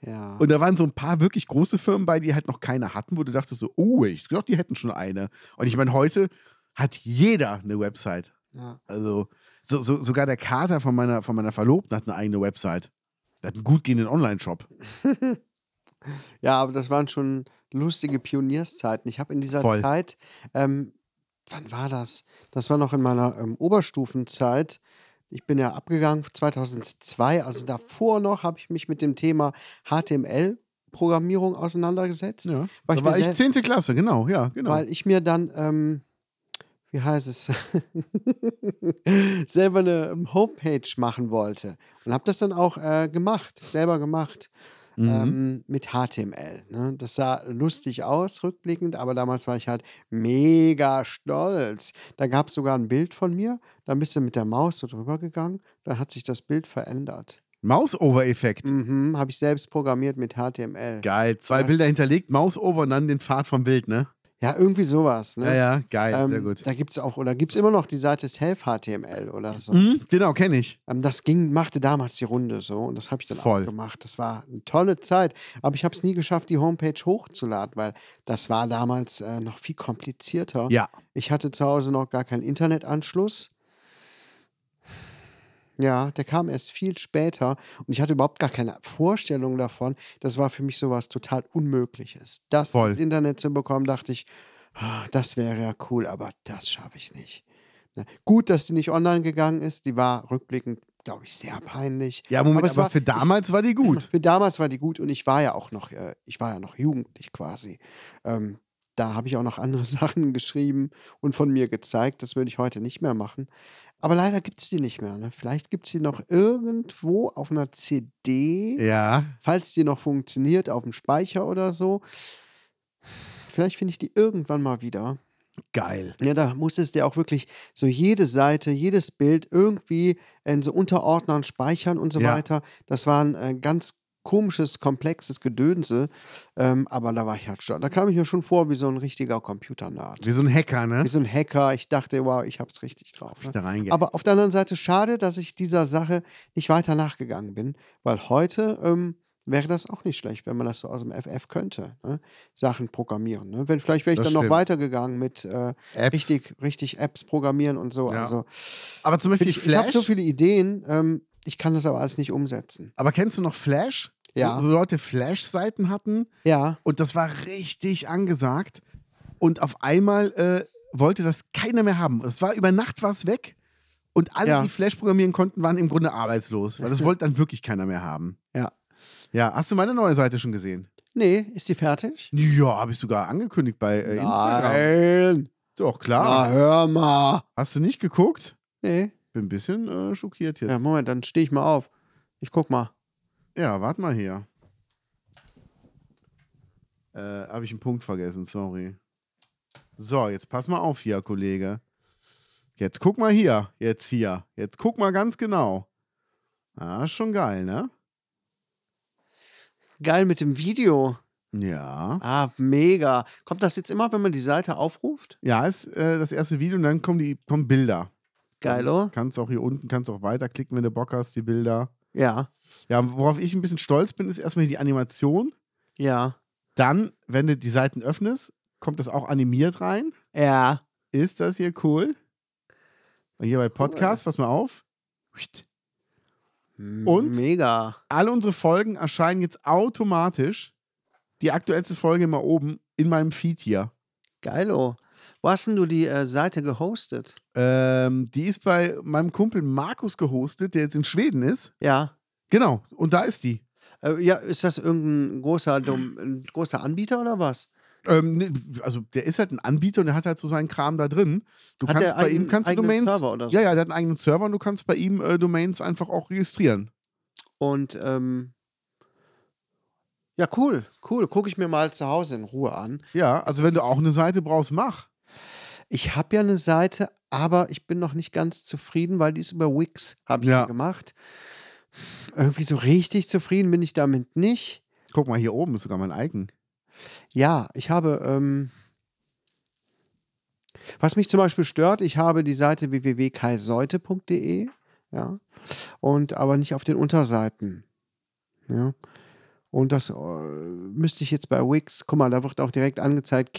S2: Ja.
S3: Und da waren so ein paar wirklich große Firmen bei, die halt noch keine hatten, wo du dachtest so, oh, ich dachte, die hätten schon eine. Und ich meine, heute hat jeder eine Website.
S2: ja.
S3: Also so, so, sogar der Kater von meiner, von meiner Verlobten hat eine eigene Website. Der hat einen gut gehenden Online-Shop.
S2: ja, aber das waren schon lustige Pionierszeiten. Ich habe in dieser
S3: Voll.
S2: Zeit, ähm, wann war das? Das war noch in meiner ähm, Oberstufenzeit. Ich bin ja abgegangen 2002, also davor noch habe ich mich mit dem Thema HTML-Programmierung auseinandergesetzt.
S3: Ja.
S2: Weil
S3: Da war
S2: mir
S3: ich
S2: sel-
S3: 10. Klasse, genau, ja, genau.
S2: Weil ich mir dann, ähm, wie heißt es, [laughs] selber eine ähm, Homepage machen wollte. Und habe das dann auch äh, gemacht, selber gemacht.
S3: Mhm.
S2: Ähm, mit HTML. Ne? Das sah lustig aus, rückblickend, aber damals war ich halt mega stolz. Da gab es sogar ein Bild von mir, da bist du mit der Maus so drüber gegangen, dann hat sich das Bild verändert.
S3: Mouse-Over-Effekt.
S2: Mhm, habe ich selbst programmiert mit HTML.
S3: Geil. Zwei Bilder hinterlegt, Mouse-Over und dann den Pfad vom Bild, ne?
S2: Ja, irgendwie sowas. Ne?
S3: Ja, ja, geil,
S2: Ähm,
S3: sehr gut.
S2: Da gibt es auch, oder gibt es immer noch die Seite Self-HTML oder so.
S3: Mhm, genau, kenne ich.
S2: Ähm, das ging, machte damals die Runde so und das habe ich dann
S3: Voll.
S2: auch gemacht. Das war eine tolle Zeit. Aber ich habe es nie geschafft, die Homepage hochzuladen, weil das war damals äh, noch viel komplizierter.
S3: Ja.
S2: Ich hatte zu Hause noch gar keinen Internetanschluss. Ja, der kam erst viel später und ich hatte überhaupt gar keine Vorstellung davon. Das war für mich sowas total Unmögliches. Das
S3: Voll.
S2: ins Internet zu bekommen, dachte ich, ah, das wäre ja cool, aber das schaffe ich nicht. Ne? Gut, dass die nicht online gegangen ist. Die war rückblickend, glaube ich, sehr peinlich.
S3: Ja, Moment,
S2: Aber
S3: aber,
S2: es war-
S3: für damals war
S2: [laughs]
S3: die gut.
S2: Für damals war die gut und ich war ja auch noch, äh, ich war ja noch jugendlich quasi. Ähm, da habe ich auch noch andere [laughs] Sachen geschrieben und von mir gezeigt. Das würde ich heute nicht mehr machen. Aber leider gibt es die nicht mehr. Ne? Vielleicht gibt es die noch irgendwo auf einer CD,
S3: Ja.
S2: falls die noch funktioniert, auf dem Speicher oder so. Vielleicht finde ich die irgendwann mal wieder.
S3: Geil.
S2: Ja, da musstest du ja auch wirklich so jede Seite, jedes Bild irgendwie in so Unterordnern speichern und so
S3: Ja.
S2: weiter. Das war ein äh, ganz komisches, komplexes Gedönse. Ähm, aber da war ich halt stolz. Da kam ich mir schon vor wie so ein richtiger Computernerd.
S3: Wie so ein Hacker, ne?
S2: Wie so ein Hacker. Ich dachte, wow, ich hab's richtig drauf. Ne?
S3: Da reingeht.
S2: Aber auf der anderen Seite schade, dass ich dieser Sache nicht weiter nachgegangen bin, weil heute ähm, wäre das auch nicht schlecht, wenn man das so aus dem FF könnte. Ne? Sachen programmieren. Ne? Wenn, vielleicht wäre ich
S3: Das
S2: dann
S3: stimmt.
S2: noch weitergegangen mit äh,
S3: Apps.
S2: richtig, richtig Apps programmieren und so.
S3: Ja.
S2: Also
S3: aber zum Beispiel
S2: ich, ich habe
S3: Flash.
S2: so viele Ideen, ähm, ich kann das aber alles nicht umsetzen.
S3: aber kennst du noch Flash?
S2: Ja.
S3: Wo wo Leute Flash-Seiten hatten
S2: Ja,
S3: und das war richtig angesagt. Und auf einmal äh, wollte das keiner mehr haben. Es war über Nacht was weg. Und alle,
S2: Ja.
S3: die Flash programmieren konnten, waren im Grunde
S2: [laughs]
S3: arbeitslos. Weil das wollte dann wirklich keiner mehr haben.
S2: ja.
S3: Ja, hast du meine neue Seite schon gesehen?
S2: Nee, ist die fertig?
S3: Ja, habe ich sogar angekündigt bei äh, Instagram.
S2: Nein.
S3: Doch,
S2: Na,
S3: klar.
S2: hör mal.
S3: Hast du nicht geguckt?
S2: Nee.
S3: Bin ein bisschen äh, schockiert jetzt.
S2: Ja,
S3: Ja,
S2: Moment, dann stehe ich mal auf. Ich guck mal.
S3: warte mal hier. Äh, habe ich einen Punkt vergessen, sorry. So, jetzt pass mal auf hier, Kollege. Jetzt guck mal hier, jetzt hier. Jetzt guck mal ganz genau. Ah, ist schon geil, ne?
S2: Geil mit dem Video.
S3: Ja.
S2: Ah, mega. Kommt das jetzt immer, wenn man die Seite aufruft?
S3: Ja, ist äh, das erste Video und dann kommen die kommen Bilder.
S2: Geil, oder?
S3: Kannst auch hier unten, kannst auch weiterklicken, wenn du Bock hast, die Bilder.
S2: Ja,
S3: Ja, worauf ich ein bisschen stolz bin, ist erstmal hier die Animation.
S2: ja,
S3: Dann, wenn du die Seiten öffnest, kommt das auch animiert rein.
S2: ja.
S3: Ist das hier cool? Und hier bei Podcast, pass mal auf. Huiht. Und?
S2: Mega.
S3: Alle unsere Folgen erscheinen jetzt automatisch. Die aktuellste Folge immer oben in meinem Feed hier.
S2: Geilo. Wo hast denn du die äh, Seite gehostet?
S3: Ähm, die ist bei meinem Kumpel Markus gehostet, der jetzt in Schweden ist.
S2: Ja.
S3: Genau, und da ist die.
S2: Äh, ja, ist das irgendein großer, Dom ein großer Anbieter oder was?
S3: Ähm, ne, also der ist halt ein Anbieter und der hat halt so seinen Kram da drin. Du
S2: Hat
S3: kannst
S2: der
S3: bei ihm
S2: einen
S3: kannst du
S2: eigenen
S3: Domains.
S2: Server oder so?
S3: Ja, ja, der hat einen eigenen Server und du kannst bei ihm äh, Domains einfach auch registrieren.
S2: Und ähm, ja, cool, cool. Gucke ich mir mal zu Hause in Ruhe an.
S3: Ja, also
S2: Das
S3: wenn du
S2: ist-
S3: auch eine Seite brauchst, mach.
S2: Ich habe ja eine Seite, aber ich bin noch nicht ganz zufrieden, weil die ist über Wix, habe ich
S3: Ja.
S2: ja. gemacht. Irgendwie so richtig zufrieden bin ich damit nicht.
S3: Guck mal, hier oben ist sogar mein Icon.
S2: Ja, ich habe, ähm, was mich zum Beispiel stört, ich habe die Seite www.kaiseute.de, e, ja, und aber nicht auf den Unterseiten. Ja. Und das äh, müsste ich jetzt bei Wix, guck mal, da wird auch direkt angezeigt,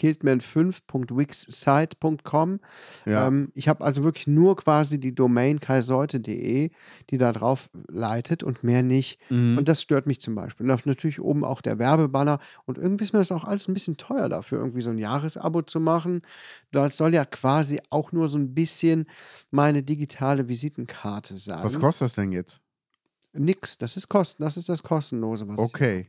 S2: killedman5.wixsite.com.
S3: Ja.
S2: Ähm, ich habe also wirklich nur quasi die Domain kaiseute.de, e, die da drauf leitet und mehr nicht.
S3: Mhm.
S2: Und das stört mich zum Beispiel. Und natürlich oben auch der Werbebanner. Und irgendwie ist mir das auch alles ein bisschen teuer dafür, irgendwie so ein Jahresabo zu machen. Das soll ja quasi auch nur so ein bisschen meine digitale Visitenkarte sein.
S3: Was kostet das denn jetzt?
S2: Nix, das ist kosten, das ist das kostenlose, was Also ich
S3: Okay.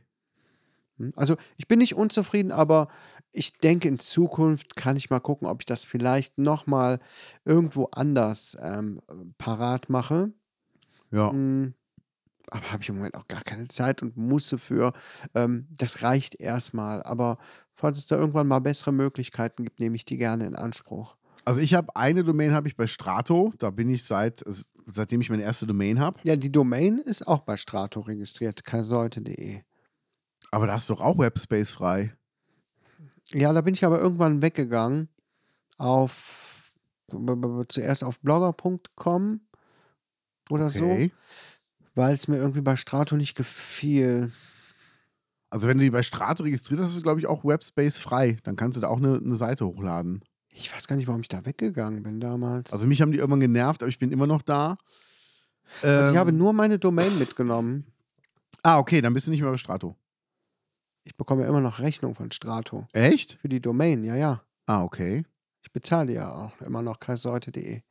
S2: Hm, Also ich bin nicht unzufrieden, aber ich denke, in Zukunft kann ich mal gucken, ob ich das vielleicht nochmal irgendwo anders ähm, parat mache.
S3: Ja.
S2: Hm, Aber habe ich im Moment auch gar keine Zeit und Muße für. Ähm, das reicht erstmal. Aber falls es da irgendwann mal bessere Möglichkeiten gibt, nehme ich die gerne in Anspruch.
S3: Also ich habe eine Domain habe ich bei Strato. Da bin ich seit also seitdem ich meine erste Domain habe.
S2: Ja, die Domain ist auch bei Strato registriert, kaiseute.de.
S3: Aber da hast du doch auch Webspace frei.
S2: Ja, da bin ich aber irgendwann weggegangen auf b- b- zuerst auf blogger.com oder so, weil es mir irgendwie bei Strato nicht gefiel.
S3: Also wenn du die bei Strato registriert hast, ist glaube ich auch Webspace frei. Dann kannst du da auch eine, eine Seite hochladen.
S2: Ich weiß gar nicht, warum ich da weggegangen bin damals. Also,
S3: Also mich haben die irgendwann genervt, aber ich bin immer noch da. Ähm,
S2: Also ich habe nur meine Domain mitgenommen.
S3: Ah, okay, dann bist du nicht mehr bei Strato.
S2: Ich bekomme ja immer noch Rechnung von Strato
S3: Echt?
S2: für die Domain. Ja, ja.
S3: Ah, okay.
S2: Ich bezahle ja auch immer noch kaiseute.de.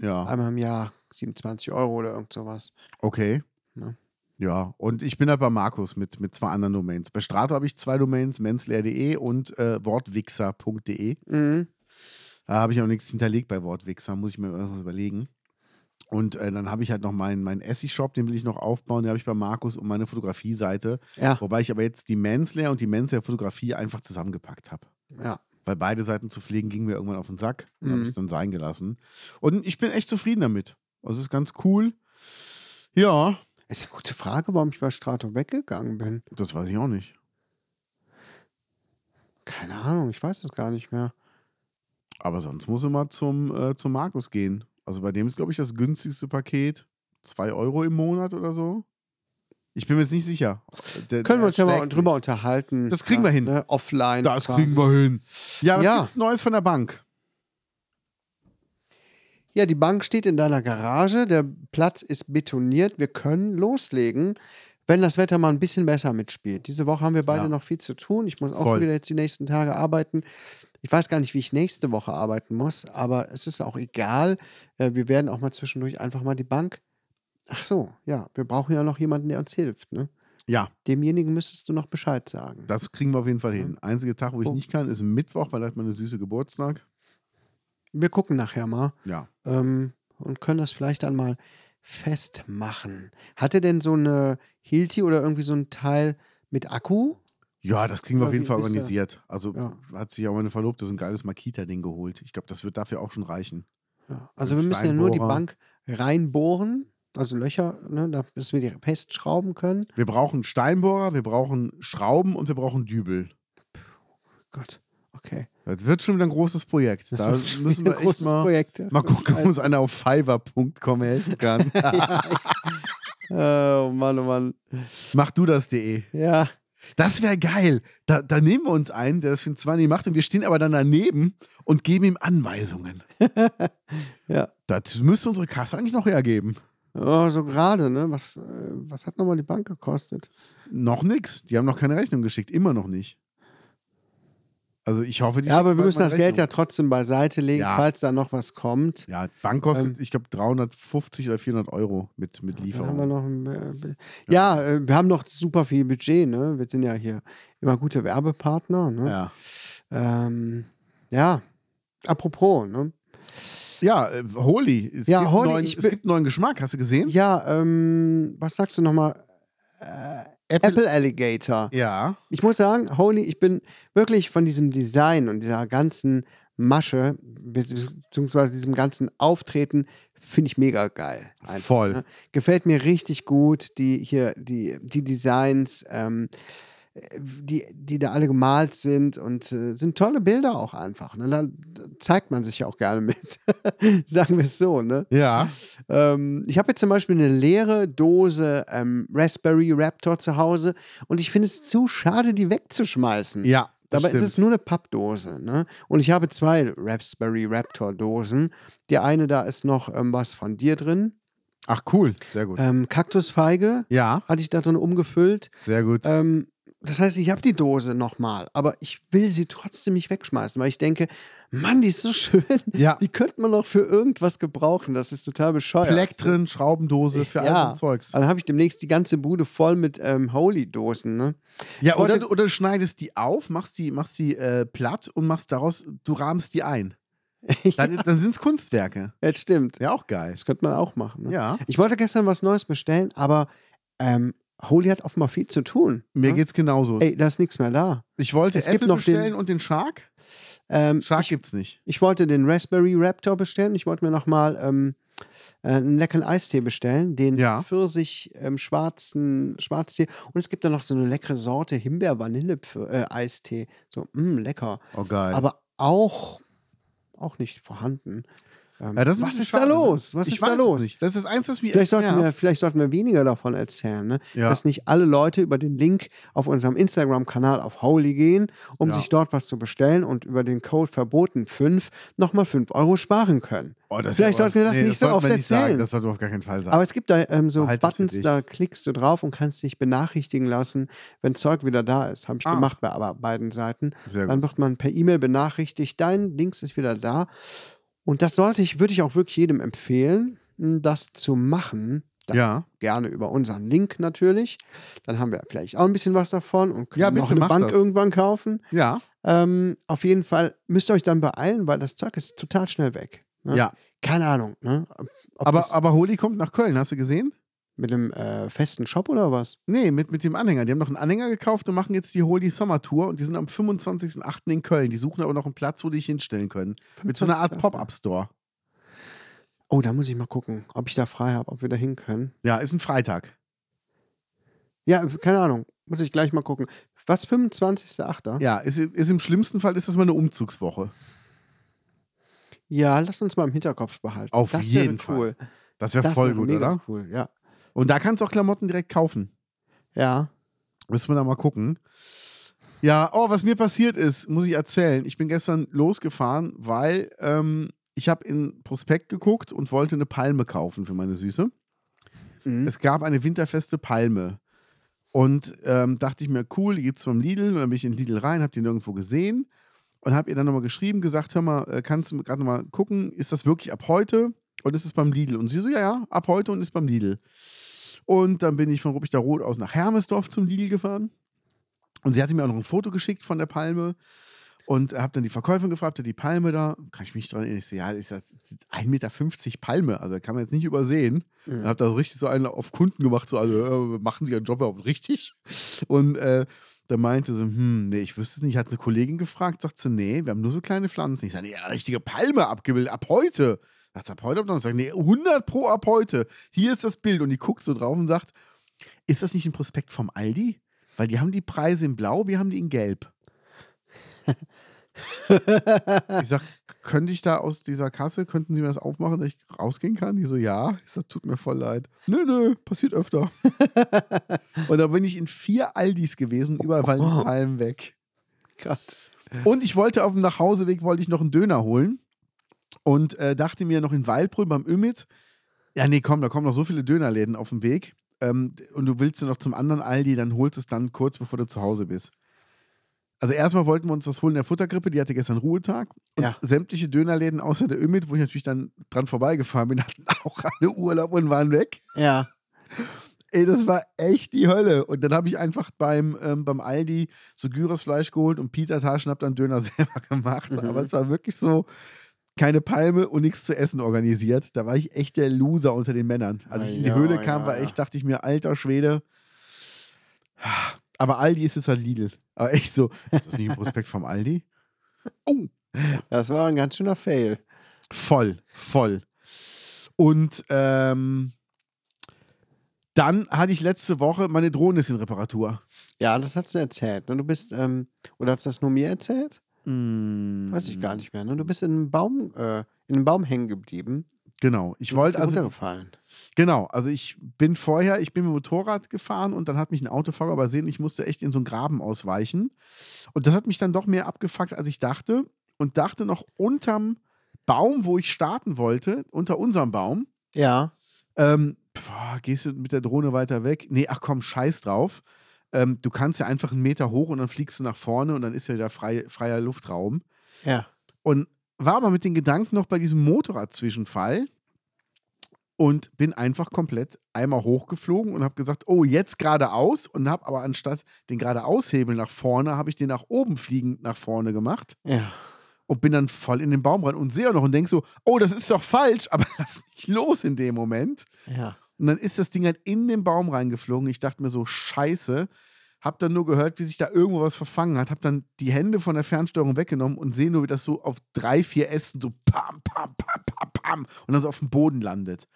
S3: Ja,
S2: Einmal im Jahr 27 Euro oder irgend sowas.
S3: okay.
S2: Ne.
S3: Ja, und ich bin halt bei Markus mit, mit zwei anderen Domains. Bei Strato habe ich zwei Domains, menslehr.de und äh, wortwichser.de.
S2: Mhm.
S3: Da habe ich auch nichts hinterlegt bei Wortwichser, muss ich mir irgendwas überlegen. Und äh, dann habe ich halt noch meinen, meinen Essie-Shop, den will ich noch aufbauen. Den habe ich bei Markus und meine Fotografie-Seite.
S2: Ja,
S3: Wobei ich aber jetzt die Manslayer und die Manslayer-Fotografie einfach zusammengepackt habe.
S2: ja.
S3: Weil beide Seiten zu pflegen ging mir irgendwann auf den Sack. Mhm. habe
S2: Mhm.
S3: ich es dann sein gelassen. Und ich bin echt zufrieden damit. Also es ist ganz cool. Ja,
S2: Ist eine gute Frage, warum ich bei Strato weggegangen bin.
S3: das weiß ich auch nicht.
S2: Keine Ahnung, ich weiß es gar nicht mehr.
S3: Aber sonst muss immer zum, äh, zum Markus gehen. Also bei dem ist, glaube ich, das günstigste Paket 2 Euro im Monat oder so. Ich bin mir jetzt nicht sicher. Der-
S2: Können wir
S3: der
S2: uns ja mal
S3: schlägt
S2: drüber unterhalten.
S3: Das kriegen wir hin.
S2: Ne, offline.
S3: mich. Das
S2: quasi.
S3: kriegen wir hin. Ja, was
S2: Ja.
S3: gibt's Neues von der Bank?
S2: Ja, die Bank steht in deiner Garage, der Platz ist betoniert, wir können loslegen, wenn das Wetter mal ein bisschen besser mitspielt. Diese Woche haben wir beide
S3: Ja.
S2: noch viel zu tun. Ich muss auch
S3: Voll.
S2: schon wieder jetzt die nächsten Tage arbeiten. Ich weiß gar nicht, wie ich nächste Woche arbeiten muss, aber es ist auch egal. Äh, Wir werden auch mal zwischendurch einfach mal die Bank. Ach so, ja, wir brauchen ja noch jemanden, der uns hilft. Ne?
S3: Ja,
S2: Demjenigen müsstest du noch Bescheid sagen.
S3: das kriegen wir auf jeden Fall hin. Einziger Tag, wo ich
S2: Oh.
S3: nicht kann, ist Mittwoch, weil da hat meine süße Geburtstag.
S2: Wir gucken nachher mal.
S3: Ja.
S2: ähm, und können das vielleicht dann mal festmachen. Hat er denn so eine Hilti oder irgendwie so ein Teil mit Akku?
S3: Ja, das kriegen wir
S2: Oder
S3: auf jeden
S2: wie
S3: Fall
S2: ist das?
S3: organisiert. Also
S2: Ja.
S3: hat sich auch meine Verlobte so ein geiles Makita-Ding geholt. Ich glaube, das wird dafür auch schon reichen.
S2: Ja. Also wir müssen ja nur die
S3: Steinbohrer.
S2: Bank reinbohren, also Löcher, ne, da- dass wir die festschrauben können.
S3: Wir brauchen Steinbohrer, wir brauchen Schrauben und wir brauchen Dübel.
S2: Gott, okay.
S3: Das wird schon wieder ein großes Projekt. Da
S2: [laughs] wird schon
S3: müssen
S2: wieder
S3: wir echt mal,
S2: Projekt. Also
S3: mal gucken, ob uns einer auf fiverr.com helfen kann. [laughs]
S2: Oh Mann, oh Mann.
S3: Mach du das.de.
S2: Ja,
S3: Das wäre geil. Da, da nehmen wir uns einen, der das für einen Zwanni macht und wir stehen aber dann daneben und geben ihm Anweisungen.
S2: ja.
S3: Das müsste unsere Kasse eigentlich noch hergeben.
S2: Oh, so gerade, ne? Was, äh, was hat nochmal die Bank gekostet?
S3: Noch nix. Die haben noch keine Rechnung geschickt. Immer noch nicht. Also ich hoffe, die
S2: Ja, aber
S3: schicken
S2: wir
S3: bald
S2: müssen
S3: mal
S2: das Geld ja
S3: Rechnung.
S2: trotzdem beiseite legen,
S3: Ja.
S2: falls da noch was kommt.
S3: Ja, Bank kostet, ich glaube, 350 oder 400 Euro mit, mit
S2: Dann Ähm. haben
S3: Lieferung.
S2: wir noch ein, äh, ja, äh, wir haben noch super viel Budget, ne? Wir sind ja hier immer gute Werbepartner, ne?
S3: ja.
S2: Ähm, ja, apropos, ne?
S3: ja, äh, Holi. Es,
S2: Ja,
S3: gibt
S2: Holi,
S3: neuen,
S2: ich
S3: es
S2: bin-
S3: gibt neuen Geschmack, hast du gesehen?
S2: Ja, ähm, was sagst du nochmal? Äh, Apple Alligator.
S3: Ja.
S2: Ich muss sagen, Holy, ich bin wirklich von diesem Design und dieser ganzen Masche, be- beziehungsweise diesem ganzen Auftreten, finde ich mega geil. Einfach,
S3: Voll.
S2: ne? Gefällt mir richtig gut, die hier, die, die Designs, ähm, äh, die, die da alle gemalt sind und äh, sind tolle Bilder auch einfach. Ne? Da da zeigt man sich ja auch gerne mit. [laughs] Sagen wir es so, ne?
S3: Ja.
S2: Ähm, ich habe jetzt zum Beispiel eine leere Dose ähm, Raspberry Raptor zu Hause und ich finde es zu schade, die wegzuschmeißen.
S3: Ja. das
S2: Dabei ist
S3: stimmt.
S2: es nur eine Pappdose. Ne? Und ich habe zwei Raspberry Raptor Dosen. Die eine, da ist noch ähm, was von dir drin.
S3: Ach, cool. Sehr gut.
S2: Ähm, Kaktusfeige
S3: ja,
S2: hatte ich da drin umgefüllt.
S3: sehr gut.
S2: Ähm, das heißt, ich habe die Dose nochmal, aber ich will sie trotzdem nicht wegschmeißen, weil ich denke, Mann, die ist so [laughs] schön.
S3: Ja.
S2: Die könnte man noch für irgendwas gebrauchen. Das ist total bescheuert.
S3: Fleck drin, Schraubendose für all so ein Zeugs.
S2: Dann Also habe ich demnächst die ganze Bude voll mit ähm, Holy-Dosen, ne?
S3: Ja, oder,
S2: Oder-
S3: du- oder du schneidest die auf, machst die, machst die äh, platt und machst daraus, du rahmst
S2: [laughs]
S3: die ein. Dann, dann sind es Kunstwerke.
S2: Ja, das stimmt.
S3: Ja, auch geil.
S2: Das könnte man auch machen. Ne?
S3: Ja,
S2: Ich wollte gestern was Neues bestellen, aber ähm, Holy hat offenbar viel zu tun.
S3: mir
S2: ne?
S3: geht's genauso.
S2: Ey, da ist nichts mehr da.
S3: ich wollte
S2: es
S3: Apple
S2: gibt noch den-
S3: bestellen und den Shark.
S2: Ähm,
S3: Shark gibt's nicht.
S2: ich wollte den Raspberry Raptor bestellen. Ich wollte mir nochmal ähm, äh, einen leckeren Eistee bestellen. Den
S3: Ja.
S2: Pfirsich-schwarzen Schwarztee. Und es gibt da noch so eine leckere Sorte Himbeer-Vanille-Eistee. so, mh, lecker.
S3: Oh, geil.
S2: aber auch, auch nicht vorhanden. Ähm,
S3: Ja, das
S2: was
S3: bisschen
S2: ist da
S3: schade, ne?
S2: los? Was
S3: ich
S2: ist
S3: weiß
S2: da
S3: es
S2: los?
S3: Nicht. Das ist eins, was mir
S2: Vielleicht
S3: echt
S2: sollten, wir,
S3: nervt.
S2: vielleicht sollten wir weniger davon erzählen, ne?
S3: Ja.
S2: dass nicht alle Leute über den Link auf unserem Instagram-Kanal auf Holy gehen, um
S3: Ja.
S2: sich dort was zu bestellen und über den Code verboten 5 nochmal 5 Euro sparen können.
S3: Oh, das ist
S2: vielleicht
S3: aber-
S2: sollten wir das
S3: nee,
S2: nicht so
S3: sollten
S2: oft
S3: wir Sagen.
S2: erzählen.
S3: Das sollten wir auf gar keinen Fall sagen.
S2: Aber es gibt da ähm, so
S3: Behalt das für
S2: Buttons,
S3: dich.
S2: da klickst du drauf und kannst dich benachrichtigen lassen, wenn Zeug wieder da ist. Habe ich
S3: Ah.
S2: gemacht bei aber beiden Seiten.
S3: Sehr
S2: Dann
S3: gut.
S2: wird man per E-Mail benachrichtigt, dein Links ist wieder da. Und das sollte ich, würde ich auch wirklich jedem empfehlen, m, das zu machen. Dann
S3: Ja.
S2: Gerne über unseren Link natürlich. Dann haben wir vielleicht auch ein bisschen was davon und können
S3: Ja, bitte
S2: noch eine
S3: macht
S2: Bank
S3: das.
S2: irgendwann kaufen.
S3: Ja.
S2: Ähm, auf jeden Fall müsst ihr euch dann beeilen, weil das Zeug ist total schnell weg. Ne?
S3: Ja.
S2: Keine Ahnung. Ne? Ob das
S3: Aber, aber Holi kommt nach Köln, hast du gesehen?
S2: mit einem äh, festen Shop oder was?
S3: Nee, mit, mit dem Anhänger. Die haben noch einen Anhänger gekauft und machen jetzt die Holy Summer Tour und die sind am 25.08. in Köln. Die suchen aber noch einen Platz, wo die dich hinstellen können. Mit so einer Art
S2: 25.08..
S3: Pop-Up-Store.
S2: Oh, da muss ich mal gucken, ob ich da frei habe, ob wir da hin können.
S3: Ja, ist ein Freitag.
S2: Ja, keine Ahnung. Muss ich gleich mal gucken. Was, 25.08.?
S3: Ja, ist, ist im schlimmsten Fall ist das mal eine Umzugswoche.
S2: Ja, lass uns mal im Hinterkopf behalten.
S3: Auf
S2: das
S3: jeden
S2: wäre cool. Fall.
S3: Das wäre
S2: das
S3: voll
S2: wäre
S3: gut,
S2: mega
S3: oder?
S2: cool, ja.
S3: Und da kannst du auch Klamotten direkt kaufen.
S2: Ja.
S3: Müssen wir da mal gucken. Ja, oh, was mir passiert ist, muss ich erzählen. Ich bin gestern losgefahren, weil ähm, ich habe in Prospekt geguckt und wollte eine Palme kaufen für meine Süße.
S2: Mhm.
S3: Es gab eine winterfeste Palme. Und ähm, dachte ich mir, cool, die gibt es vom Lidl. Und dann bin ich in Lidl rein, habe die nirgendwo gesehen. Und habe ihr dann nochmal geschrieben, gesagt, hör mal, äh, kannst du gerade nochmal gucken, ist das wirklich ab heute? Und ist es beim Lidl? Und sie so, ja, ja, ab heute und ist beim Lidl. Und dann bin ich von Ruppichter Rot aus nach Hermesdorf zum Lidl gefahren. Und sie hatte mir auch noch ein Foto geschickt von der Palme. Und habe dann die Verkäuferin gefragt, hat die Palme da? Kann ich mich dran erinnern? Ich so, ja, ist das ist 1,50 Meter Palme, also kann man jetzt nicht übersehen. Und habe da so richtig so einen auf Kunden gemacht, so, also äh, machen Sie Ihren Job überhaupt richtig? Und äh, da meinte sie, hm, nee, ich wüsste es nicht. Hat eine Kollegin gefragt, sagt sie, nee, wir haben nur so kleine Pflanzen. Ich sage, nee, richtige Palme abgebildet, ab heute. Sagt sie, ab heute, ab Donnerstag? nee, 100 pro ab heute. Hier ist das Bild. Und die guckt so drauf und sagt, ist das nicht ein Prospekt vom Aldi? Weil die haben die Preise in blau, wir haben die in gelb. Ich sag, könnte ich da aus dieser Kasse, könnten Sie mir das aufmachen, dass ich rausgehen kann? Die so, ja. Ich sag, tut mir voll leid. Nö, nö, passiert öfter. [laughs] und da bin ich in vier Aldis gewesen, überall waren die Palmen weg.
S2: Grad.
S3: Und ich wollte auf dem Nachhauseweg, wollte ich noch einen Döner holen und äh, dachte mir noch in Waldbrüll beim Ümit, ja nee, komm, da kommen noch so viele Dönerläden auf dem Weg ähm, und du willst ja noch zum anderen Aldi, dann holst es dann kurz, bevor du zu Hause bist. Also erstmal wollten wir uns was holen in der Futtergrippe, die hatte gestern Ruhetag. Und
S2: Ja.
S3: sämtliche Dönerläden außer der Ömit, wo ich natürlich dann dran vorbeigefahren bin, [laughs] hatten auch alle Urlaub und waren weg.
S2: Ja.
S3: Ey, das war echt die Hölle. Und dann habe ich einfach beim, ähm, beim Aldi so Gyrosfleisch geholt und Peter Taschen habe dann Döner [laughs] selber gemacht.
S2: Mhm.
S3: Aber es war wirklich so keine Palme und nichts zu essen organisiert. Da war ich echt der Loser unter den Männern. Als ich in die
S2: Ja,
S3: Höhle
S2: ja,
S3: kam, war
S2: ja.
S3: echt, dachte ich mir, alter Schwede. Aber Aldi ist jetzt halt Lidl. Aber echt so, ist das nicht ein Prospekt vom Aldi?
S2: Das war ein ganz schöner Fail.
S3: Voll, voll. Und ähm, dann hatte ich letzte Woche, meine Drohne ist in Reparatur.
S2: Ja, das hast du erzählt. Ne? Du bist, ähm, oder hast du das nur mir erzählt? Hm. Weiß
S3: Hm.
S2: ich gar nicht mehr. Ne? Du bist in einem Baum, äh, in einem Baum hängen geblieben.
S3: Genau. Ich
S2: Du
S3: wollte
S2: bist
S3: also
S2: runtergefallen.
S3: genau, also ich bin vorher, ich bin mit dem Motorrad gefahren und dann hat mich ein Autofahrer übersehen, ich musste echt in so einen Graben ausweichen und das hat mich dann doch mehr abgefuckt, als ich dachte und dachte noch unterm Baum, wo ich starten wollte, unter unserem Baum,
S2: Ja.
S3: ähm, boah, gehst du mit der Drohne weiter weg? Nee, ach komm, scheiß drauf. Ähm, du kannst ja einfach einen Meter hoch und dann fliegst du nach vorne und dann ist ja wieder frei, freier Luftraum.
S2: Ja.
S3: Und war aber mit den Gedanken noch bei diesem Motorradzwischenfall und bin einfach komplett einmal hochgeflogen und habe gesagt, oh, jetzt geradeaus und habe aber anstatt den geradeaushebel nach vorne, habe ich den nach oben fliegend nach vorne gemacht
S2: Ja.
S3: und bin dann voll in den Baum rein und sehe auch noch und denk so, oh, das ist doch falsch, [laughs] aber lass nicht los in dem Moment.
S2: Ja.
S3: Und dann ist das Ding halt in den Baum reingeflogen. Ich dachte mir so, scheiße. Hab dann nur gehört, wie sich da irgendwo was verfangen hat. Hab dann die Hände von der Fernsteuerung weggenommen und sehe nur, wie das so auf drei, vier Ästen so pam, pam, pam, pam, pam und dann so auf dem Boden landet.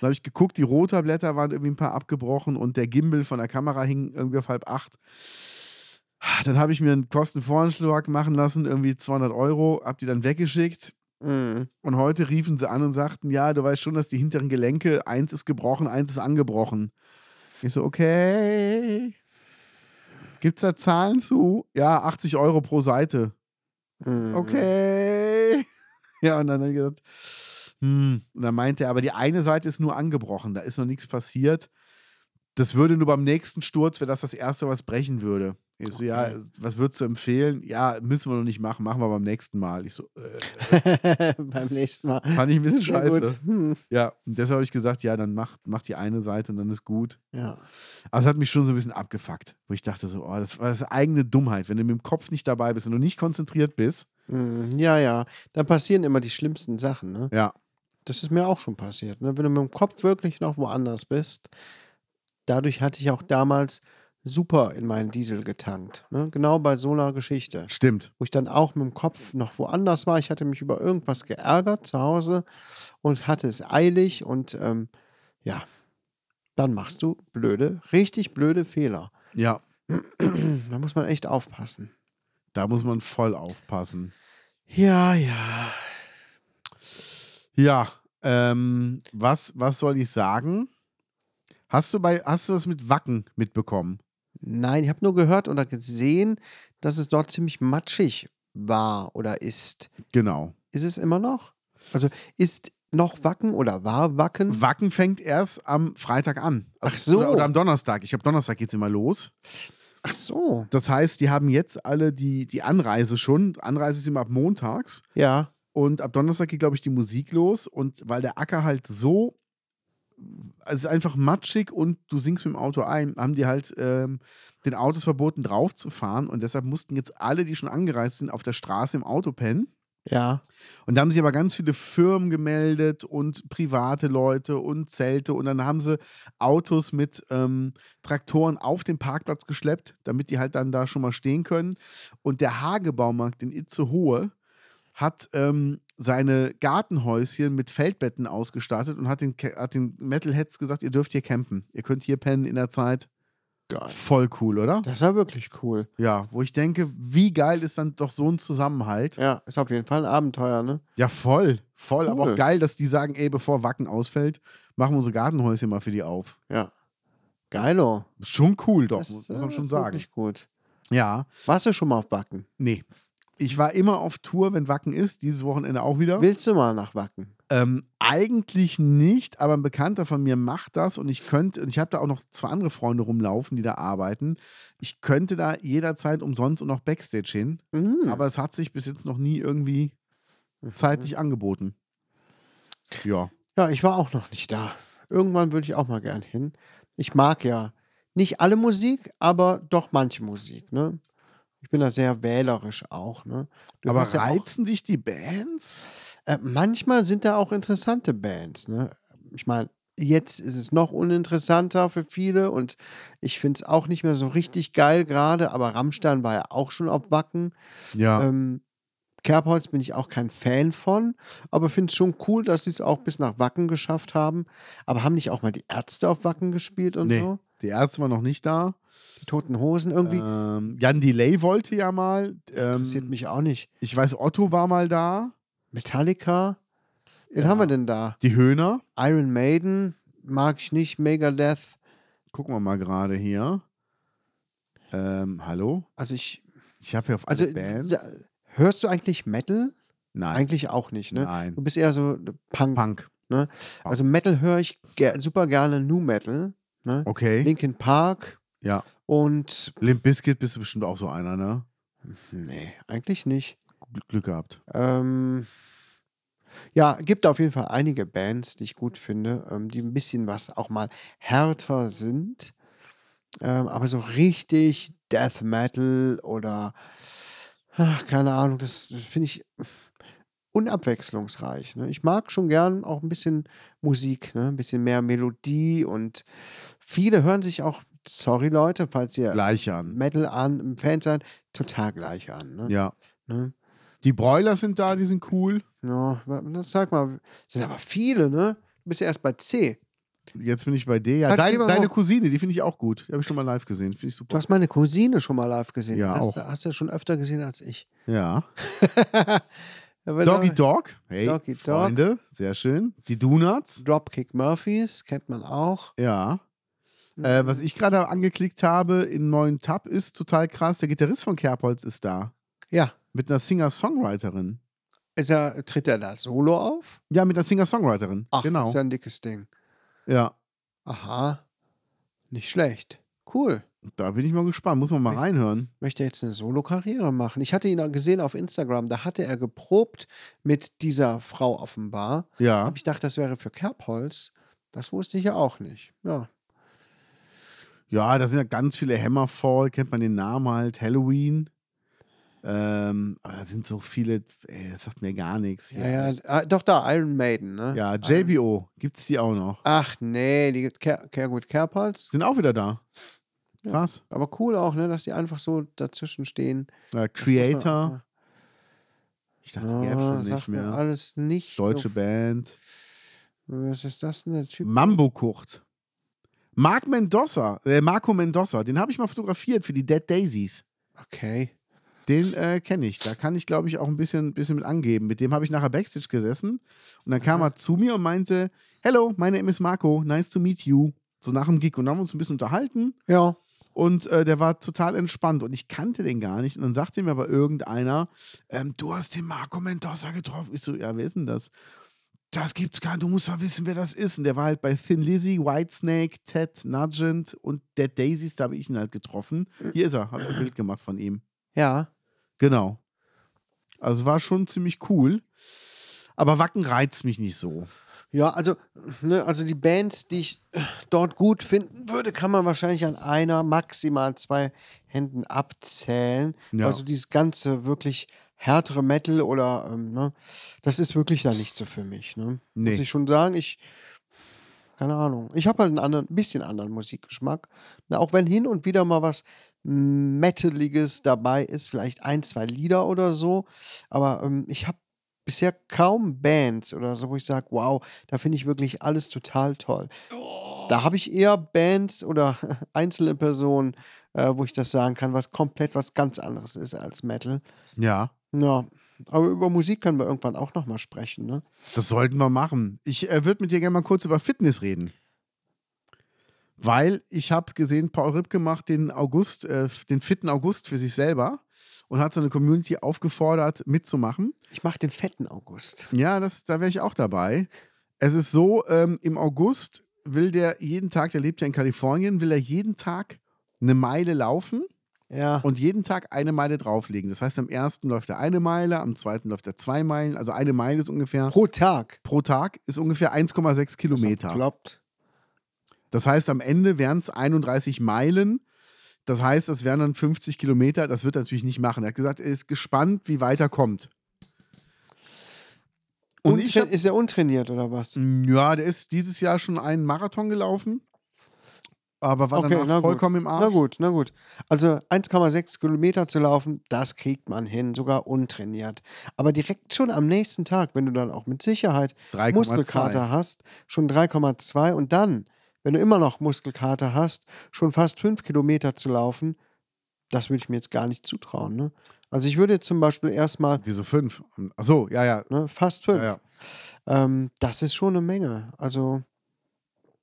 S3: Dann habe ich geguckt, die Rotorblätter waren irgendwie ein paar abgebrochen und der Gimbal von der Kamera hing irgendwie auf halb acht. Dann habe ich mir einen Kostenvoranschlag machen lassen, irgendwie 200 Euro, hab die dann weggeschickt.
S2: Mhm.
S3: Und heute riefen sie an und sagten, ja, du weißt schon, dass die hinteren Gelenke, eins ist gebrochen, eins ist angebrochen. Ich so, okay. Gibt's da Zahlen zu? Ja, 80 Euro pro Seite.
S2: Mhm.
S3: Okay. [laughs] Ja, und dann habe ich gesagt, hm. Und dann meinte er, aber die eine Seite ist nur angebrochen, da ist noch nichts passiert. Das würde nur beim nächsten Sturz, wäre das das Erste, was brechen würde. Ich so, ja, was würdest du empfehlen? Ja, müssen wir noch nicht machen, machen wir beim nächsten Mal. Ich so, äh,
S2: [laughs] Beim nächsten Mal.
S3: fand ich ein
S2: [laughs]
S3: bisschen
S2: Ja,
S3: scheiße.
S2: gut. Hm.
S3: Ja, und deshalb habe ich gesagt, ja, dann mach, mach die eine Seite und dann ist gut.
S2: Ja.
S3: Aber es hat mich schon so ein bisschen abgefuckt, wo ich dachte so, oh, das war das eigene Dummheit. Wenn du mit dem Kopf nicht dabei bist und du nicht konzentriert bist,
S2: Mhm. ja, ja. Dann passieren immer die schlimmsten Sachen. Ne?
S3: ja,
S2: Das ist mir auch schon passiert. Ne? Wenn du mit dem Kopf wirklich noch woanders bist, dadurch hatte ich auch damals super in meinen Diesel getankt. Ne? Genau bei so einer Geschichte.
S3: stimmt.
S2: wo ich dann auch mit dem Kopf noch woanders war. Ich hatte mich über irgendwas geärgert zu Hause und hatte es eilig und ähm, ja, dann machst du blöde, richtig blöde Fehler.
S3: Ja,
S2: da muss man echt aufpassen.
S3: da muss man voll aufpassen.
S2: Ja, ja.
S3: Ja, ähm, was, was soll ich sagen? Hast du, bei, hast du das mit Wacken mitbekommen?
S2: Nein, ich habe nur gehört oder gesehen, dass es dort ziemlich matschig war oder ist.
S3: Genau.
S2: Ist es immer noch? Also ist noch Wacken oder war Wacken?
S3: Wacken fängt erst am Freitag an.
S2: Ach so.
S3: Oder, oder am Donnerstag. Ich glaube, Donnerstag geht es immer los.
S2: Ach so.
S3: Das heißt, die haben jetzt alle die, die Anreise schon. Anreise ist immer ab montags.
S2: Ja.
S3: Und ab Donnerstag geht, glaube ich, die Musik los. Und weil der Acker halt so. Es ist einfach matschig und du singst mit dem Auto ein, haben die halt ähm, den Autos verboten, drauf zu fahren. Und deshalb mussten jetzt alle, die schon angereist sind, auf der Straße im Auto pennen.
S2: Ja.
S3: Und da haben sich aber ganz viele Firmen gemeldet und private Leute und Zelte. Und dann haben sie Autos mit ähm, Traktoren auf den Parkplatz geschleppt, damit die halt dann da schon mal stehen können. Und der Hagebaumarkt in Itzehoe hat ähm, seine Gartenhäuschen mit Feldbetten ausgestattet und hat den, Ca- hat den Metalheads gesagt, ihr dürft hier campen. Ihr könnt hier pennen in der Zeit.
S2: Geil.
S3: Voll cool, oder?
S2: Das war wirklich cool.
S3: Ja, wo ich denke, wie geil ist dann doch so ein Zusammenhalt.
S2: Ja, ist auf jeden Fall ein Abenteuer, ne?
S3: Ja, voll. Voll, aber
S2: Cool.
S3: auch geil, dass die sagen, ey, bevor Wacken ausfällt, machen wir unsere Gartenhäuschen mal für die auf.
S2: Ja. Geilo.
S3: Schon cool, doch,
S2: Das,
S3: muss,
S2: äh,
S3: muss man schon
S2: ist
S3: sagen.
S2: Wirklich gut.
S3: Ja,
S2: Warst du schon mal auf Backen?
S3: nee. Ich war immer auf Tour, wenn Wacken ist, dieses Wochenende auch wieder.
S2: Willst du mal nach Wacken?
S3: Ähm, eigentlich nicht, aber ein Bekannter von mir macht das und ich könnte, und ich habe da auch noch zwei andere Freunde rumlaufen, die da arbeiten. Ich könnte da jederzeit umsonst und auch Backstage hin,
S2: Mhm.
S3: aber es hat sich bis jetzt noch nie irgendwie zeitlich angeboten. Ja.
S2: Ja, ich war auch noch nicht da. Irgendwann würde ich auch mal gern hin. Ich mag ja nicht alle Musik, aber doch manche Musik, ne? Ich bin da sehr wählerisch auch, ne? Du
S3: aber
S2: hörst ja auch,
S3: reizen dich die Bands?
S2: äh, manchmal sind da auch interessante Bands, ne? Ich meine, jetzt ist es noch uninteressanter für viele und ich finde es auch nicht mehr so richtig geil gerade, aber Rammstein war ja auch schon auf Wacken.
S3: Ja.
S2: Ähm, Kerbholz bin ich auch kein Fan von, aber finde es schon cool, dass sie es auch bis nach Wacken geschafft haben. Aber haben nicht auch mal die Ärzte auf Wacken gespielt und
S3: nee,
S2: so?
S3: die erste war noch nicht da.
S2: Die Toten Hosen irgendwie?
S3: Ähm, Jan Delay wollte ja mal.
S2: Interessiert
S3: Ähm,
S2: mich auch nicht.
S3: ich weiß, Otto war mal da.
S2: Metallica? Wen haben wir denn da?
S3: Die Höhner.
S2: Iron Maiden? Mag ich nicht. Megadeth?
S3: Gucken wir mal gerade hier. Ähm, hallo?
S2: Also ich.
S3: Ich habe hier auf alle
S2: Also
S3: Bands.
S2: sa- hörst du eigentlich Metal?
S3: Nein,
S2: Eigentlich auch nicht, ne?
S3: nein.
S2: Du bist eher so Punk.
S3: Punk.
S2: Also Metal höre ich ger super gerne New Metal. Ne?
S3: Okay.
S2: Linkin Park
S3: Ja.
S2: und
S3: Limp Bizkit bist du bestimmt auch so einer, ne?
S2: Nee, eigentlich nicht.
S3: Gl Glück gehabt.
S2: Ähm, ja, gibt auf jeden Fall einige Bands, die ich gut finde, ähm, die ein bisschen was auch mal härter sind. Ähm, aber so richtig Death Metal oder ach, keine Ahnung, das finde ich unabwechslungsreich. Ne? Ich mag schon gern auch ein bisschen Musik, ne? ein bisschen mehr Melodie und viele hören sich auch, sorry Leute, falls ihr
S3: Gleich an.
S2: Metal an, Fan seid, total gleich an. Ne?
S3: Ja.
S2: Ne?
S3: Die Broilers sind da, die sind cool.
S2: Ja, wa- na, sag mal, sind aber viele, ne? Du bist ja erst bei C.
S3: Jetzt bin ich bei dir. Ja,
S2: Hat
S3: dein,
S2: jemand
S3: deine
S2: noch-
S3: Cousine, die finde ich auch gut. Die habe ich schon mal live gesehen. Finde ich
S2: Halt Du
S3: super.
S2: hast meine Cousine schon mal live gesehen.
S3: Ja,
S2: das
S3: auch.
S2: hast du ja schon öfter gesehen als ich. [laughs]
S3: Ja.
S2: Ja, weil
S3: Doggy
S2: da-
S3: Dog. Hey,
S2: Doggy Dog.
S3: Freunde. Sehr schön. Die Donuts.
S2: Dropkick Murphys, kennt man auch. Hm,
S3: Ja. Äh,
S2: Mhm.
S3: was ich gerade angeklickt habe in neuen Tab ist total krass. Der Gitarrist von Kerbholz ist da.
S2: Ja,
S3: Mit einer Singer-Songwriterin.
S2: ist er, tritt er da solo auf?
S3: Ja, mit einer Singer-Songwriterin.
S2: Ach,
S3: genau.
S2: ist ja ein dickes Ding.
S3: Ja.
S2: Aha, nicht schlecht. Cool.
S3: Da bin ich mal gespannt. Muss man mal
S2: Echt?
S3: reinhören.
S2: möchte jetzt eine Solo-Karriere machen. Ich hatte ihn auch gesehen auf Instagram, da hatte er geprobt mit dieser Frau offenbar.
S3: Ja.
S2: Hab ich gedacht, das wäre für Kerbholz. Das wusste ich ja auch nicht. Ja.
S3: Ja, da sind ja ganz viele Hammerfall, kennt man den Namen halt, Halloween. Ähm, aber da sind so viele, ey, das sagt mir gar nichts.
S2: Ja, ja, ah, doch da, Iron Maiden, ne?
S3: Ja, JBO gibt's die auch noch.
S2: Ach nee, die gibt Ker Ker gut Kerbholz.
S3: Sind auch wieder da. Krass.
S2: Aber cool auch, ne, dass die einfach so dazwischen stehen.
S3: Äh,
S2: Das muss man auch
S3: Creator,
S2: mal-
S3: ich dachte, die gäbe
S2: Ja,
S3: schon nicht
S2: sagt mir
S3: mehr.
S2: alles nicht.
S3: Deutsche
S2: so,
S3: Band.
S2: Was ist das denn, der Typ?
S3: Mambo Kurt. Mark Mendoza, äh, Marco Mendoza, den habe ich mal fotografiert für die Dead Daisies.
S2: Okay.
S3: Den äh, kenne ich. Da kann ich, glaube ich, auch ein bisschen, bisschen mit angeben. Mit dem habe ich nachher Backstage gesessen. Und dann kam er zu mir und meinte: Hello, mein Name ist Marco. Nice to meet you. So nach dem Gig. Und dann haben wir uns ein bisschen unterhalten.
S2: Ja.
S3: Und äh, der war total entspannt. Und ich kannte den gar nicht. Und dann sagte mir aber irgendeiner: ähm, Du hast den Marco Mendoza getroffen. Ich so: Ja, wer ist denn das? Das gibt's gar nicht. Du musst mal wissen, wer das ist. Und der war halt bei Thin Lizzy, Whitesnake, Ted Nugent und Dead Daisies. Da habe ich ihn halt getroffen. Hier ist er. Habe ein Bild gemacht von ihm.
S2: Ja.
S3: Genau. Also war schon ziemlich cool. Aber Wacken reizt mich nicht so.
S2: Ja, also, ne, also die Bands, die ich äh, dort gut finden würde, kann man wahrscheinlich an einer, maximal zwei Händen abzählen.
S3: Ja.
S2: Also dieses ganze wirklich härtere Metal oder, ähm, ne, das ist wirklich da nicht so für mich. Ne?
S3: Nee.
S2: Muss ich schon sagen, ich, keine Ahnung, ich habe halt einen anderen, ein bisschen anderen Musikgeschmack. Na, auch wenn hin und wieder mal was Metaliges dabei ist, vielleicht ein, zwei Lieder oder so, aber ähm, ich habe bisher kaum Bands oder so, wo ich sage, wow, da finde ich wirklich alles total toll. Da habe ich eher Bands oder [laughs] einzelne Personen, äh, wo ich das sagen kann, was komplett was ganz anderes ist als Metal.
S3: Ja.
S2: Ja, aber über Musik können wir irgendwann auch nochmal sprechen, ne?
S3: Das sollten wir machen. Ich äh, würde mit dir gerne mal kurz über Fitness reden. Weil ich habe gesehen, Paul Rippke macht den August, äh, den 4. August für sich selber. und hat seine Community aufgefordert, mitzumachen.
S2: Ich mache den fetten August.
S3: Ja, das, da wäre ich auch dabei. Es ist so, ähm, im August will der jeden Tag, der lebt ja in Kalifornien, will er jeden Tag eine Meile laufen
S2: Ja.
S3: und jeden Tag eine Meile drauflegen. Das heißt, am ersten läuft er eine Meile, am zweiten läuft er zwei Meilen. Also eine Meile ist ungefähr
S2: Pro Tag.
S3: pro Tag ist ungefähr 1,6 Kilometer.
S2: Klappt.
S3: Das heißt, am Ende wären es 31 Meilen. Das heißt, das wären dann 50 Kilometer. Das wird er natürlich nicht machen. Er hat gesagt, er ist gespannt, wie weit er kommt.
S2: Und,
S3: Und ich hab-
S2: ist er untrainiert oder was?
S3: Ja, der ist dieses Jahr schon einen Marathon gelaufen, aber war
S2: Okay, na
S3: danach
S2: gut.
S3: vollkommen im Arsch.
S2: Na gut, na gut. Also 1,6 Kilometer zu laufen, das kriegt man hin, sogar untrainiert. Aber direkt schon am nächsten Tag, wenn du dann auch mit Sicherheit
S3: 3,2.
S2: Muskelkater hast, schon 3,2 und dann, wenn du immer noch Muskelkater hast, schon fast 5 Kilometer zu laufen, das würde ich mir jetzt gar nicht zutrauen. Ne? Also ich würde jetzt zum Beispiel erstmal
S3: Wieso fünf? Ach so, ja, ja.
S2: ne, fast 5.
S3: ja, ja.
S2: Ähm, das ist schon eine Menge. Also,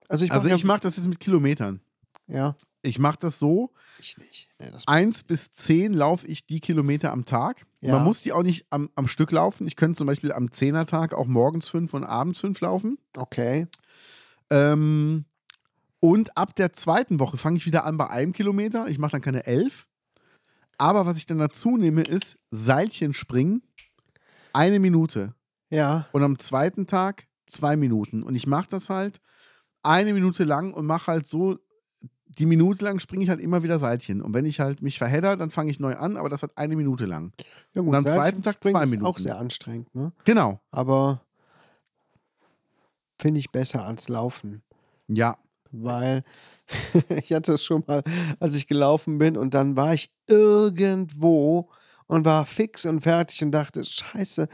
S2: also ich
S3: Also
S2: mache
S3: ich mache das jetzt mit Kilometern.
S2: ja,
S3: Ich mache das so,
S2: ich nicht. Nee, das
S3: eins bis zehn laufe ich die Kilometer am Tag.
S2: Ja.
S3: Man muss die auch nicht am, am Stück laufen. Ich könnte zum Beispiel am Zehner-Tag auch morgens fünf und abends fünf laufen.
S2: okay.
S3: Ähm, und ab der zweiten Woche fange ich wieder an bei einem Kilometer. Ich mache dann keine elf. Aber was ich dann dazu nehme, ist Seilchen springen. Eine Minute.
S2: Ja,
S3: Und am zweiten Tag zwei Minuten. Und ich mache das halt eine Minute lang und mache halt so, die Minute lang springe ich halt immer wieder Seilchen. Und wenn ich halt mich verhedder, dann fange ich neu an, aber das hat eine Minute lang.
S2: ja
S3: Und am
S2: Seilspringen
S3: zweiten Tag zwei
S2: ist auch
S3: Minuten.
S2: sehr anstrengend, ne?
S3: Genau.
S2: Aber finde ich besser als Laufen.
S3: Ja.
S2: weil [laughs] ich hatte es schon mal, als ich gelaufen bin und dann war ich irgendwo und war fix und fertig und dachte, scheiße,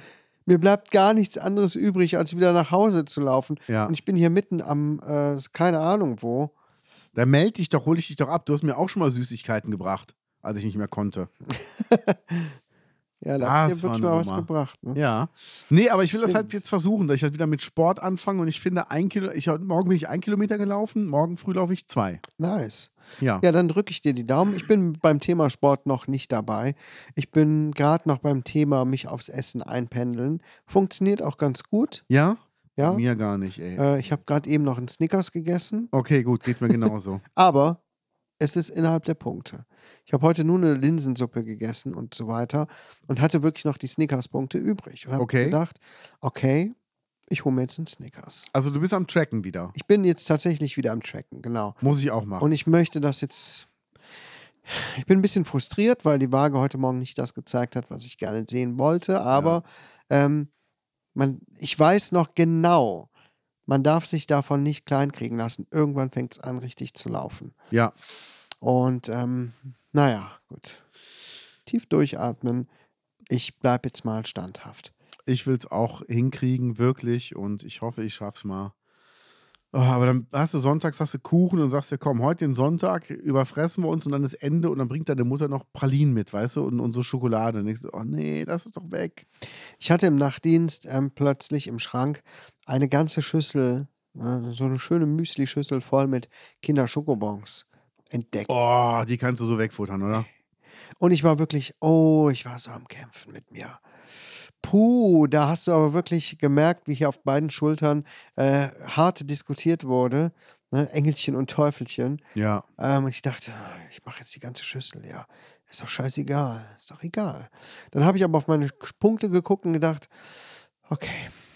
S2: mir bleibt gar nichts anderes übrig, als wieder nach Hause zu laufen.
S3: Ja.
S2: Und ich bin hier mitten am, äh, keine Ahnung wo.
S3: Da melde dich doch, hole ich dich doch ab. Du hast mir auch schon mal Süßigkeiten gebracht, als ich nicht mehr konnte.
S2: Ja, da hat
S3: Das
S2: mir
S3: war
S2: wirklich
S3: eine
S2: mal was
S3: Nummer.
S2: gebracht. Ne?
S3: Ja. Nee, aber ich will das halt
S2: Stimmt.
S3: jetzt versuchen, dass ich halt wieder mit Sport anfange und ich finde, ein Kilo, ich, heute morgen bin ich ein Kilometer gelaufen, morgen früh laufe ich zwei.
S2: Nice.
S3: Ja.
S2: Ja, dann drücke ich dir die Daumen. Ich bin beim Thema Sport noch nicht dabei. Ich bin gerade noch beim Thema mich aufs Essen einpendeln. Funktioniert auch ganz gut.
S3: Ja?
S2: Ja.
S3: Mir gar nicht, ey.
S2: Äh, ich habe gerade eben noch einen Snickers gegessen.
S3: Okay, gut, geht mir genauso.
S2: Aber es ist innerhalb der Punkte. Ich habe heute nur eine Linsensuppe gegessen und so weiter und hatte wirklich noch die Snickers-Punkte übrig. Und habe
S3: Okay.
S2: gedacht, okay, ich hole mir jetzt einen Snickers.
S3: Also du bist am Tracken wieder.
S2: Ich bin jetzt tatsächlich wieder am Tracken, genau.
S3: Muss ich auch machen.
S2: Und ich möchte das jetzt. Ich bin ein bisschen frustriert, weil die Waage heute Morgen nicht das gezeigt hat, was ich gerne sehen wollte. Aber ähm, man, ich weiß noch genau, man darf sich davon nicht kleinkriegen lassen. Irgendwann fängt es an, richtig zu laufen.
S3: ja.
S2: Und ähm, naja, gut. Tief durchatmen. Ich bleibe jetzt mal standhaft.
S3: Ich will es auch hinkriegen, wirklich. Und ich hoffe, ich schaff's mal. Oh, aber dann hast du sonntags hast du Kuchen und sagst dir, komm, heute den Sonntag überfressen wir uns und dann ist Ende und dann bringt deine Mutter noch Pralinen mit, weißt du, und, und so Schokolade. Und ich so, oh nee, das ist doch weg.
S2: Ich hatte im Nachtdienst ähm, plötzlich im Schrank eine ganze Schüssel, äh, so eine schöne Müsli-Schüssel voll mit Kinder-Schokobons entdeckt.
S3: Oh, die kannst du so wegfuttern, oder?
S2: Und ich war wirklich, oh, ich war so am Kämpfen mit mir. Puh, da hast du aber wirklich gemerkt, wie hier auf beiden Schultern äh, hart diskutiert wurde. Ne? Engelchen und Teufelchen.
S3: Ja.
S2: Ähm, und ich dachte, ich mache jetzt die ganze Schüssel leer. Ist doch scheißegal. Ist doch egal. Dann habe ich aber auf meine K- Punkte geguckt und gedacht, okay,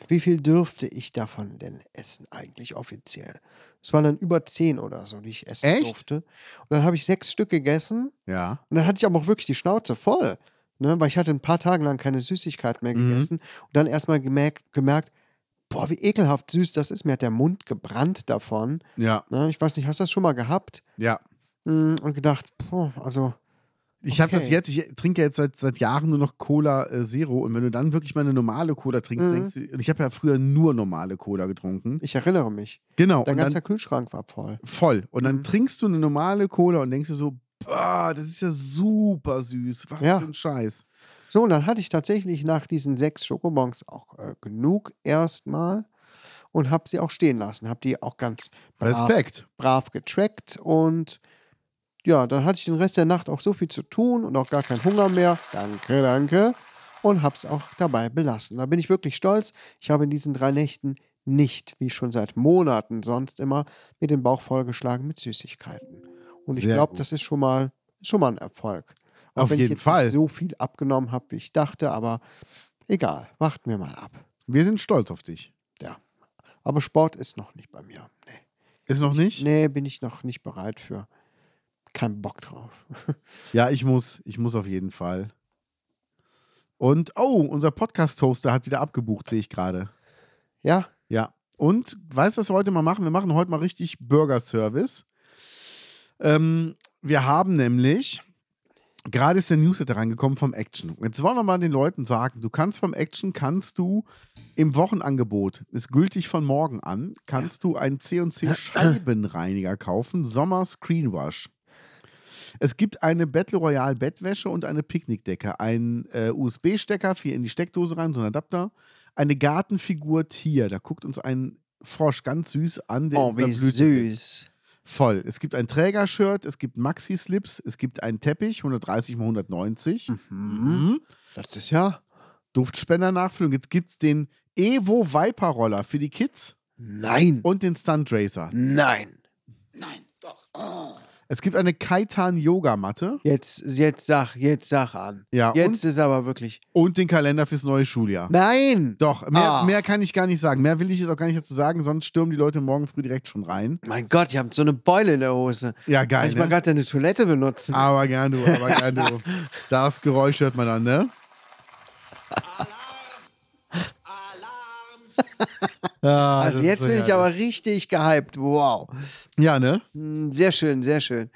S2: wie viel dürfte ich davon denn essen eigentlich offiziell? Es waren dann über zehn oder so, die ich essen
S3: Echt?
S2: durfte. Und dann habe ich sechs Stück gegessen
S3: Ja.
S2: und dann hatte ich aber auch wirklich die Schnauze voll. Ne? Weil ich hatte ein paar Tage lang keine Süßigkeit mehr
S3: Mhm.
S2: gegessen und dann erstmal gemerkt, gemerkt, boah, wie ekelhaft süß das ist. Mir hat der Mund gebrannt davon.
S3: Ja.
S2: Ne? Ich weiß nicht, hast du das schon mal gehabt?
S3: Ja.
S2: Mm, und gedacht, puh, also,
S3: Ich habe das
S2: Okay.
S3: jetzt, ich trinke jetzt seit, seit Jahren nur noch Cola äh, Zero und wenn du dann wirklich mal eine normale Cola trinkst,
S2: Mhm.
S3: denkst du, und ich habe ja früher nur normale Cola getrunken.
S2: ich erinnere mich.
S3: Genau,
S2: Dein
S3: und
S2: ganzer
S3: dann
S2: Kühlschrank war voll.
S3: voll. Und dann
S2: Mhm.
S3: trinkst du eine normale Cola und denkst dir so, boah, das ist ja super süß, was
S2: Ja.
S3: für ein Scheiß.
S2: So, und dann hatte ich tatsächlich nach diesen sechs Schokobons auch äh, genug erstmal und habe Ah. sie auch stehen lassen. Habe die auch ganz brav,
S3: Respekt.
S2: brav getrackt und Ja, dann hatte ich den Rest der Nacht auch so viel zu tun und auch gar keinen Hunger mehr. Danke, danke. Und hab's auch dabei belassen. Da bin ich wirklich stolz. Ich habe in diesen drei Nächten nicht, wie schon seit Monaten sonst immer, mir den Bauch vollgeschlagen mit Süßigkeiten. Und ich
S3: Sehr
S2: glaube,
S3: gut.
S2: das ist schon mal, ist schon mal ein Erfolg.
S3: Auf
S2: wenn
S3: jeden
S2: ich jetzt
S3: Fall.
S2: Nicht so viel abgenommen habe, wie ich dachte, aber egal, warten wir mal ab.
S3: Wir sind stolz auf dich.
S2: Ja. Aber Sport ist noch nicht bei mir. Nee.
S3: Ist noch nicht?
S2: Nee, bin ich noch nicht bereit für. Kein Bock drauf.
S3: Ja, ich muss. Ich muss auf jeden Fall. Und, oh, unser Podcast-Hoster hat wieder abgebucht, sehe ich gerade.
S2: Ja,
S3: Ja. Und weißt du, was wir heute mal machen? Wir machen heute mal richtig Burger-Service. Ähm, wir haben nämlich, gerade ist der Newsletter reingekommen vom Action. Jetzt wollen wir mal den Leuten sagen, du kannst vom Action, kannst du im Wochenangebot, ist gültig von morgen an, kannst du einen C&C Scheibenreiniger kaufen, Sommer Screenwash. Es gibt eine Battle Royale Bettwäsche und eine Picknickdecke, einen äh, USB-Stecker, vier in die Steckdose rein, so ein Adapter, eine Gartenfigur Tier. Da guckt uns ein Frosch ganz süß an. der in
S2: oh,
S3: so einer
S2: wie
S3: Blüte sitzt.
S2: süß.
S3: Voll. Es gibt ein Trägershirt, es gibt Maxi-Slips, es gibt einen Teppich, 130 x 190. Mhm.
S2: Das ist ja
S3: Duftspender nachfüllen. Jetzt gibt es den Evo Viper Roller für die Kids
S2: nein,
S3: und den Stunt Racer.
S2: nein.
S3: Es gibt eine Kaitan Yoga Matte
S2: Jetzt, jetzt sag, jetzt sag an.
S3: Ja,
S2: jetzt ist aber wirklich.
S3: und den Kalender fürs neue Schuljahr.
S2: Nein!
S3: Doch, mehr,
S2: Ah.
S3: mehr kann ich gar nicht sagen. Mehr will ich jetzt auch gar nicht dazu sagen, sonst stürmen die Leute morgen früh direkt schon rein.
S2: Mein Gott, ihr habt so eine Beule in der Hose.
S3: Ja,
S2: Kann
S3: geil.
S2: ich mal
S3: Ne? Ah,
S2: gerade deine Toilette benutzen?
S3: Aber gern du, aber gern [laughs] du. Das Geräusch hört man dann, ne?
S5: Alarm!
S3: Ja,
S2: also
S3: das ist
S2: jetzt
S3: so
S2: bin ich
S3: herrlich.
S2: aber richtig gehypt. Wow.
S3: Ja, ne?
S2: Hm, Sehr schön, sehr schön.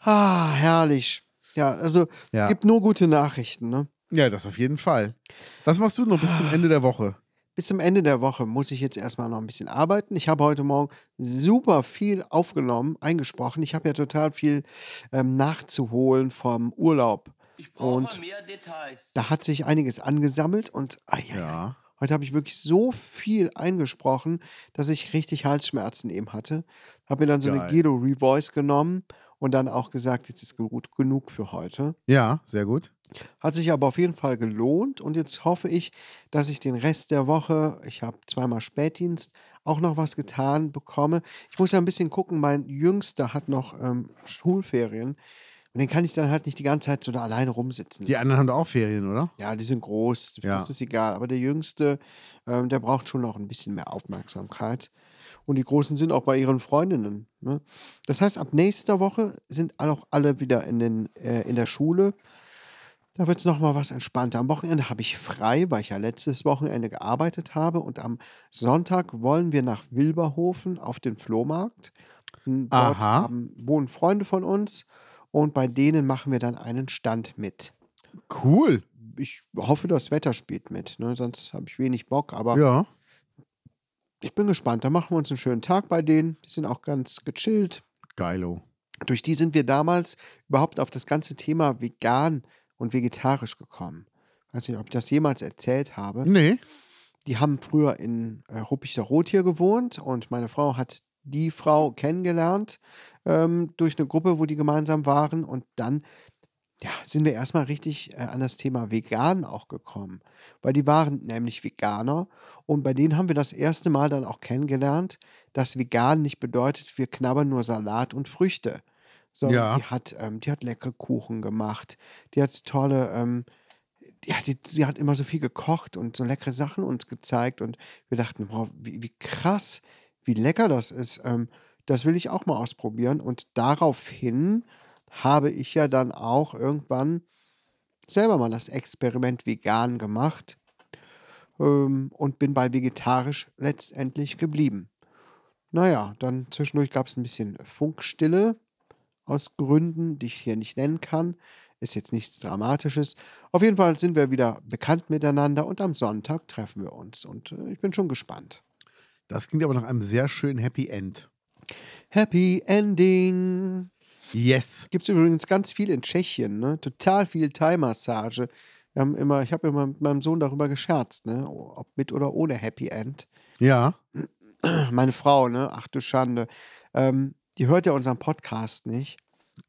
S2: Ah, herrlich. Ja, also
S3: Ja.
S2: gibt nur gute Nachrichten, ne?
S3: Ja, das auf jeden Fall. Was machst du noch bis zum Ende der Woche?
S2: bis zum Ende der Woche muss ich jetzt erstmal noch ein bisschen arbeiten. Ich habe heute Morgen super viel aufgenommen, eingesprochen. Ich habe ja total viel ähm, nachzuholen vom Urlaub. Und da hat sich einiges angesammelt und ai, ai, ai.
S3: Ja.
S2: heute habe ich wirklich so viel eingesprochen, dass ich richtig Halsschmerzen eben hatte. Habe mir dann so eine
S3: Geil.
S2: Guido Revoice genommen und dann auch gesagt, jetzt ist gut genug für heute.
S3: Ja, sehr gut.
S2: Hat sich aber auf jeden Fall gelohnt und jetzt hoffe ich, dass ich den Rest der Woche, ich habe zweimal Spätdienst, auch noch was getan bekomme. Ich muss ja ein bisschen gucken, mein Jüngster hat noch ähm, Schulferien und den kann ich dann halt nicht die ganze Zeit so da alleine rumsitzen.
S3: Die anderen haben doch auch Ferien, oder?
S2: Ja, die sind groß,
S3: Ja.
S2: das ist egal. Aber der Jüngste, ähm, der braucht schon noch ein bisschen mehr Aufmerksamkeit. Und die Großen sind auch bei ihren Freundinnen. Ne? Das heißt, ab nächster Woche sind alle- auch alle wieder in, den, äh, in der Schule. Da wird es nochmal was entspannter. Am Wochenende habe ich frei, weil ich ja letztes Wochenende gearbeitet habe. Und am Sonntag wollen wir nach Wilberhofen auf den Flohmarkt. Dort
S3: Aha.
S2: Haben, wohnen Freunde von uns. Und bei denen machen wir dann einen Stand mit
S3: Cool.
S2: ich hoffe, das Wetter spielt mit. Ne? Sonst habe ich wenig Bock. Aber
S3: Ja.
S2: ich bin gespannt. Da machen wir uns einen schönen Tag bei denen. Die sind auch ganz gechillt.
S3: Geilo.
S2: Durch die sind wir damals überhaupt auf das ganze Thema vegan und vegetarisch gekommen. Ich weiß nicht, ob ich das jemals erzählt habe.
S3: Nee.
S2: Die haben früher in äh, Ruppichter Rot hier gewohnt und meine Frau hat die Frau kennengelernt ähm, durch eine Gruppe, wo die gemeinsam waren. Und dann ja, sind wir erstmal richtig äh, an das Thema vegan auch gekommen, weil die waren nämlich Veganer und bei denen haben wir das erste Mal dann auch kennengelernt, dass vegan nicht bedeutet, wir knabbern nur Salat und Früchte, sondern
S3: Ja.
S2: die, hat, ähm, die hat leckere Kuchen gemacht, die hat tolle, ähm, ja, die, sie hat immer so viel gekocht und so leckere Sachen uns gezeigt und wir dachten, wow, wie, wie krass, wie lecker das ist. Ähm, das will ich auch mal ausprobieren. Und daraufhin habe ich ja dann auch irgendwann selber mal das Experiment vegan gemacht ähm, und bin bei vegetarisch letztendlich geblieben. Naja, dann zwischendurch gab es ein bisschen Funkstille aus Gründen, die ich hier nicht nennen kann. Ist jetzt nichts Dramatisches. Auf jeden Fall sind wir wieder bekannt miteinander und am Sonntag treffen wir uns. Und äh, ich bin schon gespannt.
S3: Das klingt aber nach einem sehr schönen Happy End.
S2: Happy Ending!
S3: Yes.
S2: Gibt es übrigens ganz viel in Tschechien, ne? Total viel Thai-Massage. Wir haben immer, ich habe immer mit meinem Sohn darüber gescherzt, ne? Ob mit oder ohne Happy End.
S3: Ja.
S2: Meine Frau, ne? Ach du Schande. Ähm, die hört ja unseren Podcast nicht.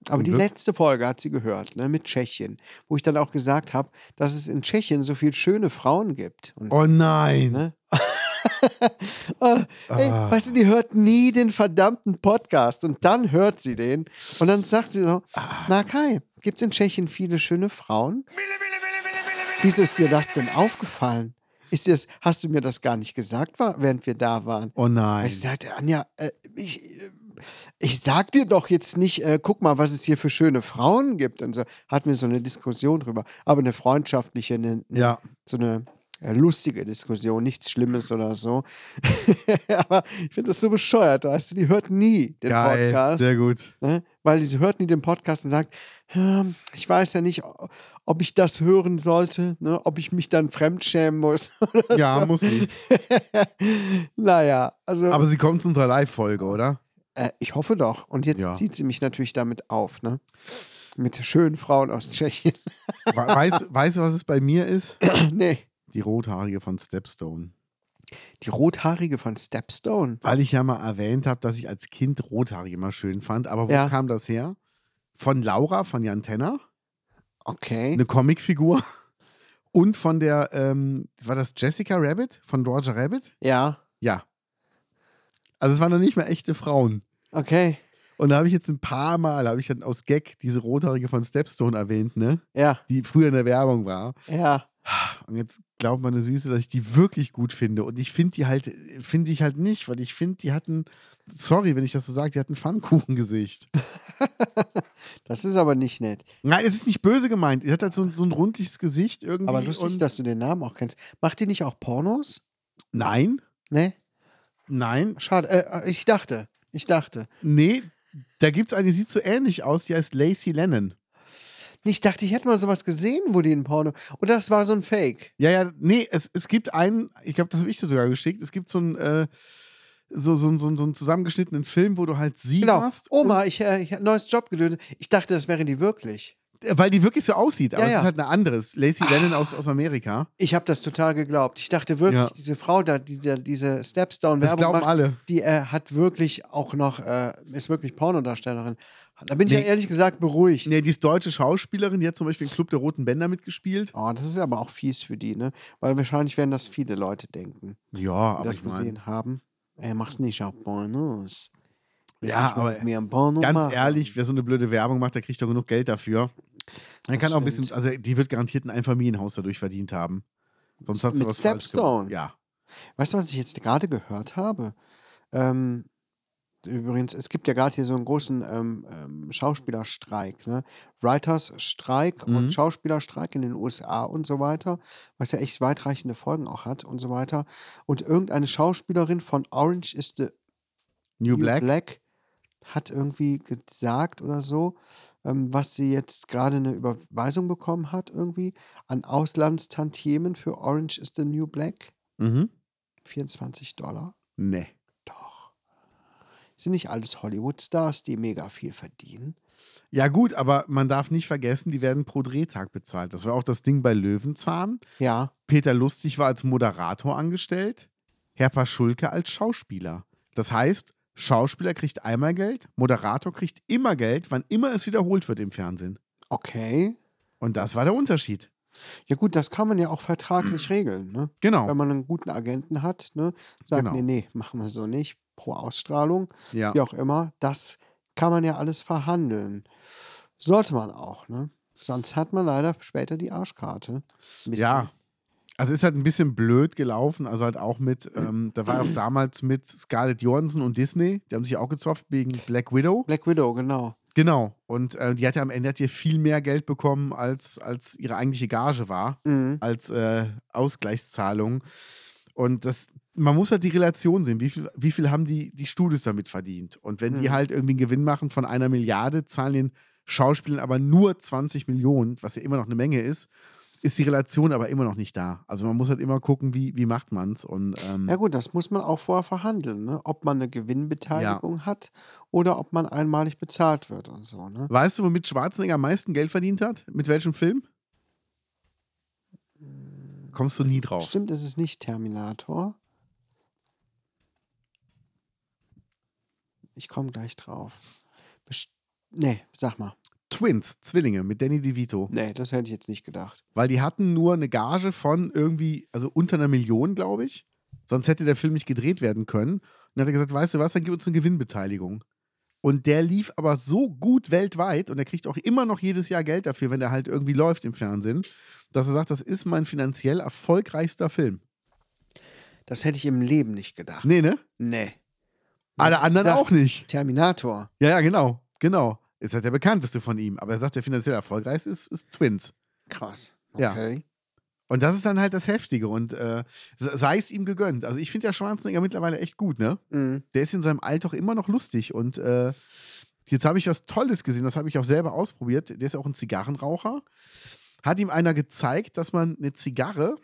S2: Aber die
S3: Glück.
S2: letzte Folge hat sie gehört, ne, mit Tschechien, wo ich dann auch gesagt habe, dass es in Tschechien so viel schöne Frauen gibt. Und
S3: Oh
S2: Ne?
S3: nein.
S2: Ah, ey,
S3: Ah.
S2: weißt du, die hört nie den verdammten Podcast und dann hört sie den und dann sagt sie so,
S3: Ah.
S2: na Kai, gibt es in Tschechien viele schöne Frauen? Wieso ist dir das denn aufgefallen? Ist dir das, hast du mir das gar nicht gesagt, wa- während wir da waren?
S3: Oh
S2: Weil
S3: nein.
S2: Ich sagte, Anja, äh, ich, äh, ich sag dir doch jetzt nicht, äh, guck mal, was es hier für schöne Frauen gibt. Und so hatten wir so eine Diskussion drüber. Aber eine freundschaftliche, eine, eine
S3: Ja.
S2: so eine äh, lustige Diskussion, nichts Schlimmes oder so. [laughs] Aber ich finde das so bescheuert, weißt du, die hört nie den
S3: Geil.
S2: Podcast.
S3: Sehr gut.
S2: Ne? Weil sie hört nie den Podcast und sagt, "Hm, ich weiß ja nicht, o- ob ich das hören sollte, ne? ob ich mich dann fremdschämen muss. [laughs]
S3: Ja, muss sie.
S2: naja, also
S3: Aber sie kommt zu unserer Live-Folge, oder?
S2: äh, ich hoffe doch. Und jetzt
S3: Ja.
S2: zieht sie mich natürlich damit auf, ne? Mit schönen Frauen aus Tschechien. [laughs]
S3: We- Weißt weißt du, was es bei mir ist?
S2: nee,
S3: Die Rothaarige von Stepstone.
S2: die Rothaarige von Stepstone.
S3: Weil ich ja mal erwähnt habe, dass ich als Kind Rothaarige immer schön fand. Aber wo
S2: Ja.
S3: kam das her? Von Laura, von Jan Tenner,
S2: Okay.
S3: eine Comicfigur. [laughs] Und von der, ähm, war das Jessica Rabbit? Von Roger Rabbit?
S2: Ja,
S3: Ja. Also es waren noch nicht mal echte Frauen.
S2: okay.
S3: Und da habe ich jetzt ein paar Mal, habe ich dann aus Gag diese Rothaarige von Stepstone erwähnt, ne?
S2: Ja,
S3: Die früher in der Werbung war.
S2: ja.
S3: Und jetzt glaubt meine Süße, dass ich die wirklich gut finde. Und ich finde die halt, finde ich halt nicht, weil ich finde, die hatten, sorry, wenn ich das so sage, die hatten Pfannkuchengesicht.
S2: Das ist aber nicht nett.
S3: Nein, es ist nicht böse gemeint. Die hat halt so, ein- so ein rundliches Gesicht irgendwie.
S2: Aber lustig,
S3: und-
S2: dass du den Namen auch kennst. Macht die nicht auch Pornos?
S3: Nein,
S2: Ne?
S3: nein,
S2: Schade. Äh, ich dachte. Ich dachte.
S3: nee. Da gibt es eine, die sieht so ähnlich aus, die heißt Lacey Lennon.
S2: Ich dachte, ich hätte mal sowas gesehen, wo die in Porno. Oder das war so ein Fake.
S3: Ja, ja, nee, es, es gibt einen, ich glaube, das habe ich dir sogar geschickt, es gibt so einen, äh, so, so, so, so einen zusammengeschnittenen Film, wo du halt sie
S2: Genau.
S3: hast.
S2: Oma, ich, äh, ich habe neues Job gelöst. Ich dachte, das wäre die wirklich.
S3: Und, äh, weil die wirklich so aussieht, aber
S2: Ja,
S3: es
S2: ja. Ah.
S3: ist halt eine andere. es ist Lacey Lennon aus, aus Amerika.
S2: Ich habe das total geglaubt. Ich dachte wirklich,
S3: Ja.
S2: diese Frau da, die, da- diese
S3: Das
S2: Stepsdown-Werbung
S3: glauben
S2: macht,
S3: alle.
S2: die äh, hat wirklich auch noch, äh, ist wirklich Pornodarstellerin. Da bin ich
S3: Nee.
S2: ja ehrlich gesagt beruhigt.
S3: Nee, die ist deutsche Schauspielerin, die hat zum Beispiel im Club der Roten Bänder mitgespielt.
S2: Oh, das ist aber auch fies für die, ne? Weil wahrscheinlich werden das viele Leute denken,
S3: Ja,
S2: die
S3: aber
S2: das
S3: ich meine,
S2: gesehen haben. Ey, mach's nicht auf Pornos. Willst
S3: Ja,
S2: nicht mal
S3: aber
S2: mit mir ein Porno
S3: ganz
S2: machen?
S3: ehrlich, wer so eine blöde Werbung macht, der kriegt doch genug Geld dafür. Man
S2: Das
S3: kann auch ein bisschen,
S2: stimmt.
S3: also die wird garantiert ein Einfamilienhaus dadurch verdient haben. Sonst hat sie
S2: Mit
S3: was falsch gemacht.
S2: Stepstone.
S3: Ja.
S2: Weißt du, was ich jetzt gerade gehört habe? Ähm, übrigens, es gibt ja gerade hier so einen großen ähm, ähm, Schauspielerstreik, ne? Writers-Streik
S3: Mhm.
S2: und Schauspielerstreik in den USA und so weiter, was ja echt weitreichende Folgen auch hat und so weiter. Und irgendeine Schauspielerin von Orange is the
S3: New, Black.
S2: hat irgendwie gesagt oder so, ähm, was sie jetzt gerade eine Überweisung bekommen hat, irgendwie an Auslandstantiemen für Orange is the New Black.
S3: Mhm.
S2: 24 Dollar.
S3: Nee.
S2: Doch. Sind nicht alles Hollywood-Stars, die mega viel verdienen?
S3: Ja, gut, aber man darf nicht vergessen, die werden pro Drehtag bezahlt. Das war auch das Ding bei Löwenzahn.
S2: Ja.
S3: Peter Lustig war als Moderator angestellt, Herr Paschulke als Schauspieler. Das heißt, Schauspieler kriegt einmal Geld, Moderator kriegt immer Geld, wann immer es wiederholt wird im Fernsehen.
S2: Okay.
S3: Und das war der Unterschied.
S2: Ja, gut, das kann man ja auch
S3: [clears throat]
S2: vertraglich regeln, ne?
S3: Genau.
S2: Wenn man einen guten Agenten hat, ne? Sagt,
S3: Genau.
S2: nee, nee, machen wir so nicht. Pro Ausstrahlung,
S3: Ja.
S2: wie auch immer. Das kann man ja alles verhandeln. Sollte man auch, ne? Sonst hat man leider später die Arschkarte. Ein bisschen.
S3: ja. Also ist halt ein bisschen blöd gelaufen, also halt auch mit, ähm, da war auch damals mit Scarlett Johansson und Disney, die haben sich auch gezofft wegen Black Widow.
S2: Black Widow, genau.
S3: Genau. Und äh, die hat ja am Ende hat ihr viel mehr Geld bekommen, als, als ihre eigentliche Gage war.
S2: Mhm.
S3: als äh, Ausgleichszahlung. Und das, man muss halt die Relation sehen. Wie viel, wie viel haben die, die Studios damit verdient? Und wenn die
S2: Mhm.
S3: halt irgendwie einen Gewinn machen von einer Milliarde, zahlen den Schauspielern aber nur 20 Millionen, was ja immer noch eine Menge ist, ist die Relation aber immer noch nicht da. Also man muss halt immer gucken, wie, wie macht man es. Und ähm,
S2: Ja gut, das muss man auch vorher verhandeln, ne? ob man eine Gewinnbeteiligung hat oder ob man einmalig bezahlt wird und so. Ne?
S3: weißt du, womit Schwarzenegger am meisten Geld verdient hat? Mit welchem Film? Kommst du nie drauf.
S2: Hm. Stimmt, es ist nicht Terminator. Ich komme gleich drauf. Best Nee, sag mal.
S3: Twins, Zwillinge mit Danny DeVito.
S2: Nee, das hätte ich jetzt nicht gedacht.
S3: Weil die hatten nur eine Gage von irgendwie, also unter einer Million, glaube ich. Sonst hätte der Film nicht gedreht werden können. Und dann hat er gesagt, weißt du was, dann gib uns eine Gewinnbeteiligung. Und der lief aber so gut weltweit und er kriegt auch immer noch jedes Jahr Geld dafür, wenn er halt irgendwie läuft im Fernsehen, dass er sagt, das ist mein finanziell erfolgreichster Film.
S2: Das hätte ich im Leben nicht gedacht.
S3: Nee, ne?
S2: Nee.
S3: Alle
S2: Nicht
S3: anderen
S2: gedacht.
S3: auch nicht.
S2: Terminator.
S3: Ja, ja, genau. Genau. Ist halt der bekannteste von ihm. Aber er sagt, der finanziell erfolgreichste ist, ist Twins.
S2: Krass.
S3: Ja.
S2: Okay.
S3: Und das ist dann halt das Heftige und äh, se- sei es ihm gegönnt. Also ich finde ja Schwarzenegger mittlerweile echt gut, ne?
S2: Mhm.
S3: Der ist in seinem Alter auch immer noch lustig und äh, jetzt habe ich was Tolles gesehen, das habe ich auch selber ausprobiert. Der ist ja auch ein Zigarrenraucher. Hat ihm einer gezeigt, dass man eine Zigarre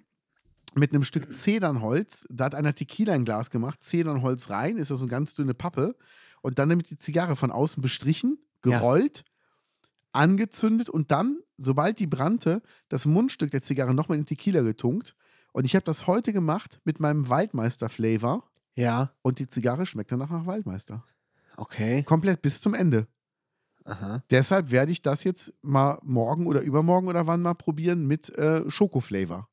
S3: mit einem Stück Zedernholz, da hat einer Tequila in ein Glas gemacht, Zedernholz rein, ist das so eine ganz dünne Pappe und dann damit die Zigarre von außen bestrichen,
S2: Ja.
S3: gerollt, angezündet und dann, sobald die brannte, das Mundstück der Zigarre nochmal in den Tequila getunkt. Und ich habe das heute gemacht mit meinem Waldmeister-Flavor
S2: Ja,
S3: und die Zigarre schmeckt danach nach Waldmeister.
S2: okay.
S3: Komplett bis zum Ende.
S2: Aha.
S3: Deshalb werde ich das jetzt mal morgen oder übermorgen oder wann mal probieren mit äh, Schokoflavor.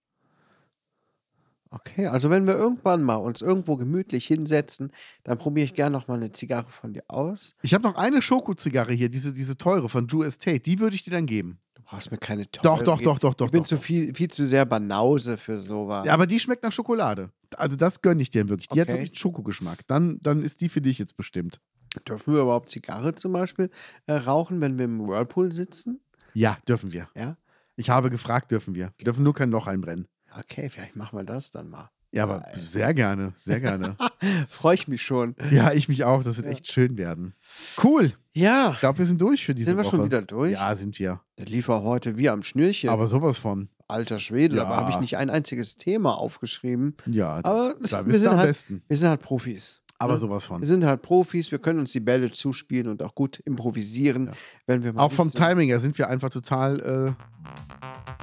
S2: Okay, also wenn wir irgendwann mal uns irgendwo gemütlich hinsetzen, dann probiere ich gerne noch mal eine Zigarre von dir aus.
S3: Ich habe noch eine Schokozigarre hier, diese, diese teure von Drew Estate. Die würde ich dir dann geben.
S2: Du brauchst mir keine
S3: Doch,
S2: teure
S3: doch,
S2: geben.
S3: doch, doch, doch.
S2: Äh, Ich bin
S3: doch.
S2: zu viel, viel zu sehr Banause für sowas.
S3: Ja, aber die schmeckt nach Schokolade. Also das gönne ich dir wirklich. Die hat
S2: Okay.
S3: wirklich Schokogeschmack. Dann, dann ist die für dich jetzt bestimmt.
S2: Dürfen wir überhaupt Zigarre zum Beispiel äh, rauchen, wenn wir im Whirlpool sitzen?
S3: Ja, dürfen wir.
S2: Ja?
S3: Ich habe gefragt, dürfen wir. Wir dürfen nur kein Loch einbrennen.
S2: Okay, vielleicht machen wir das dann mal.
S3: Ja, aber
S2: Geil.
S3: sehr gerne, sehr
S2: [laughs]
S3: gerne.
S2: Freue ich mich schon.
S3: ja, ich mich auch. Das wird
S2: Ja.
S3: echt schön werden. Cool.
S2: Ja,
S3: Ich glaube, wir sind durch für diese
S2: sind wir
S3: Woche.
S2: schon wieder durch?
S3: Ja, sind wir.
S2: Der lief auch heute wie am Schnürchen.
S3: Aber sowas von.
S2: Alter Schwede, dabei
S3: Ja.
S2: habe ich nicht ein einziges Thema aufgeschrieben.
S3: Ja,
S2: Aber
S3: da
S2: wir,
S3: bist du
S2: sind
S3: am
S2: halt,
S3: besten.
S2: wir sind halt Profis.
S3: Aber
S2: ne?
S3: sowas
S2: Wir
S3: von.
S2: sind halt Profis, wir können uns die Bälle zuspielen und auch gut improvisieren,
S3: Ja.
S2: wenn wir mal.
S3: Auch
S2: nicht
S3: vom
S2: so-
S3: Timing her sind wir einfach total. Äh,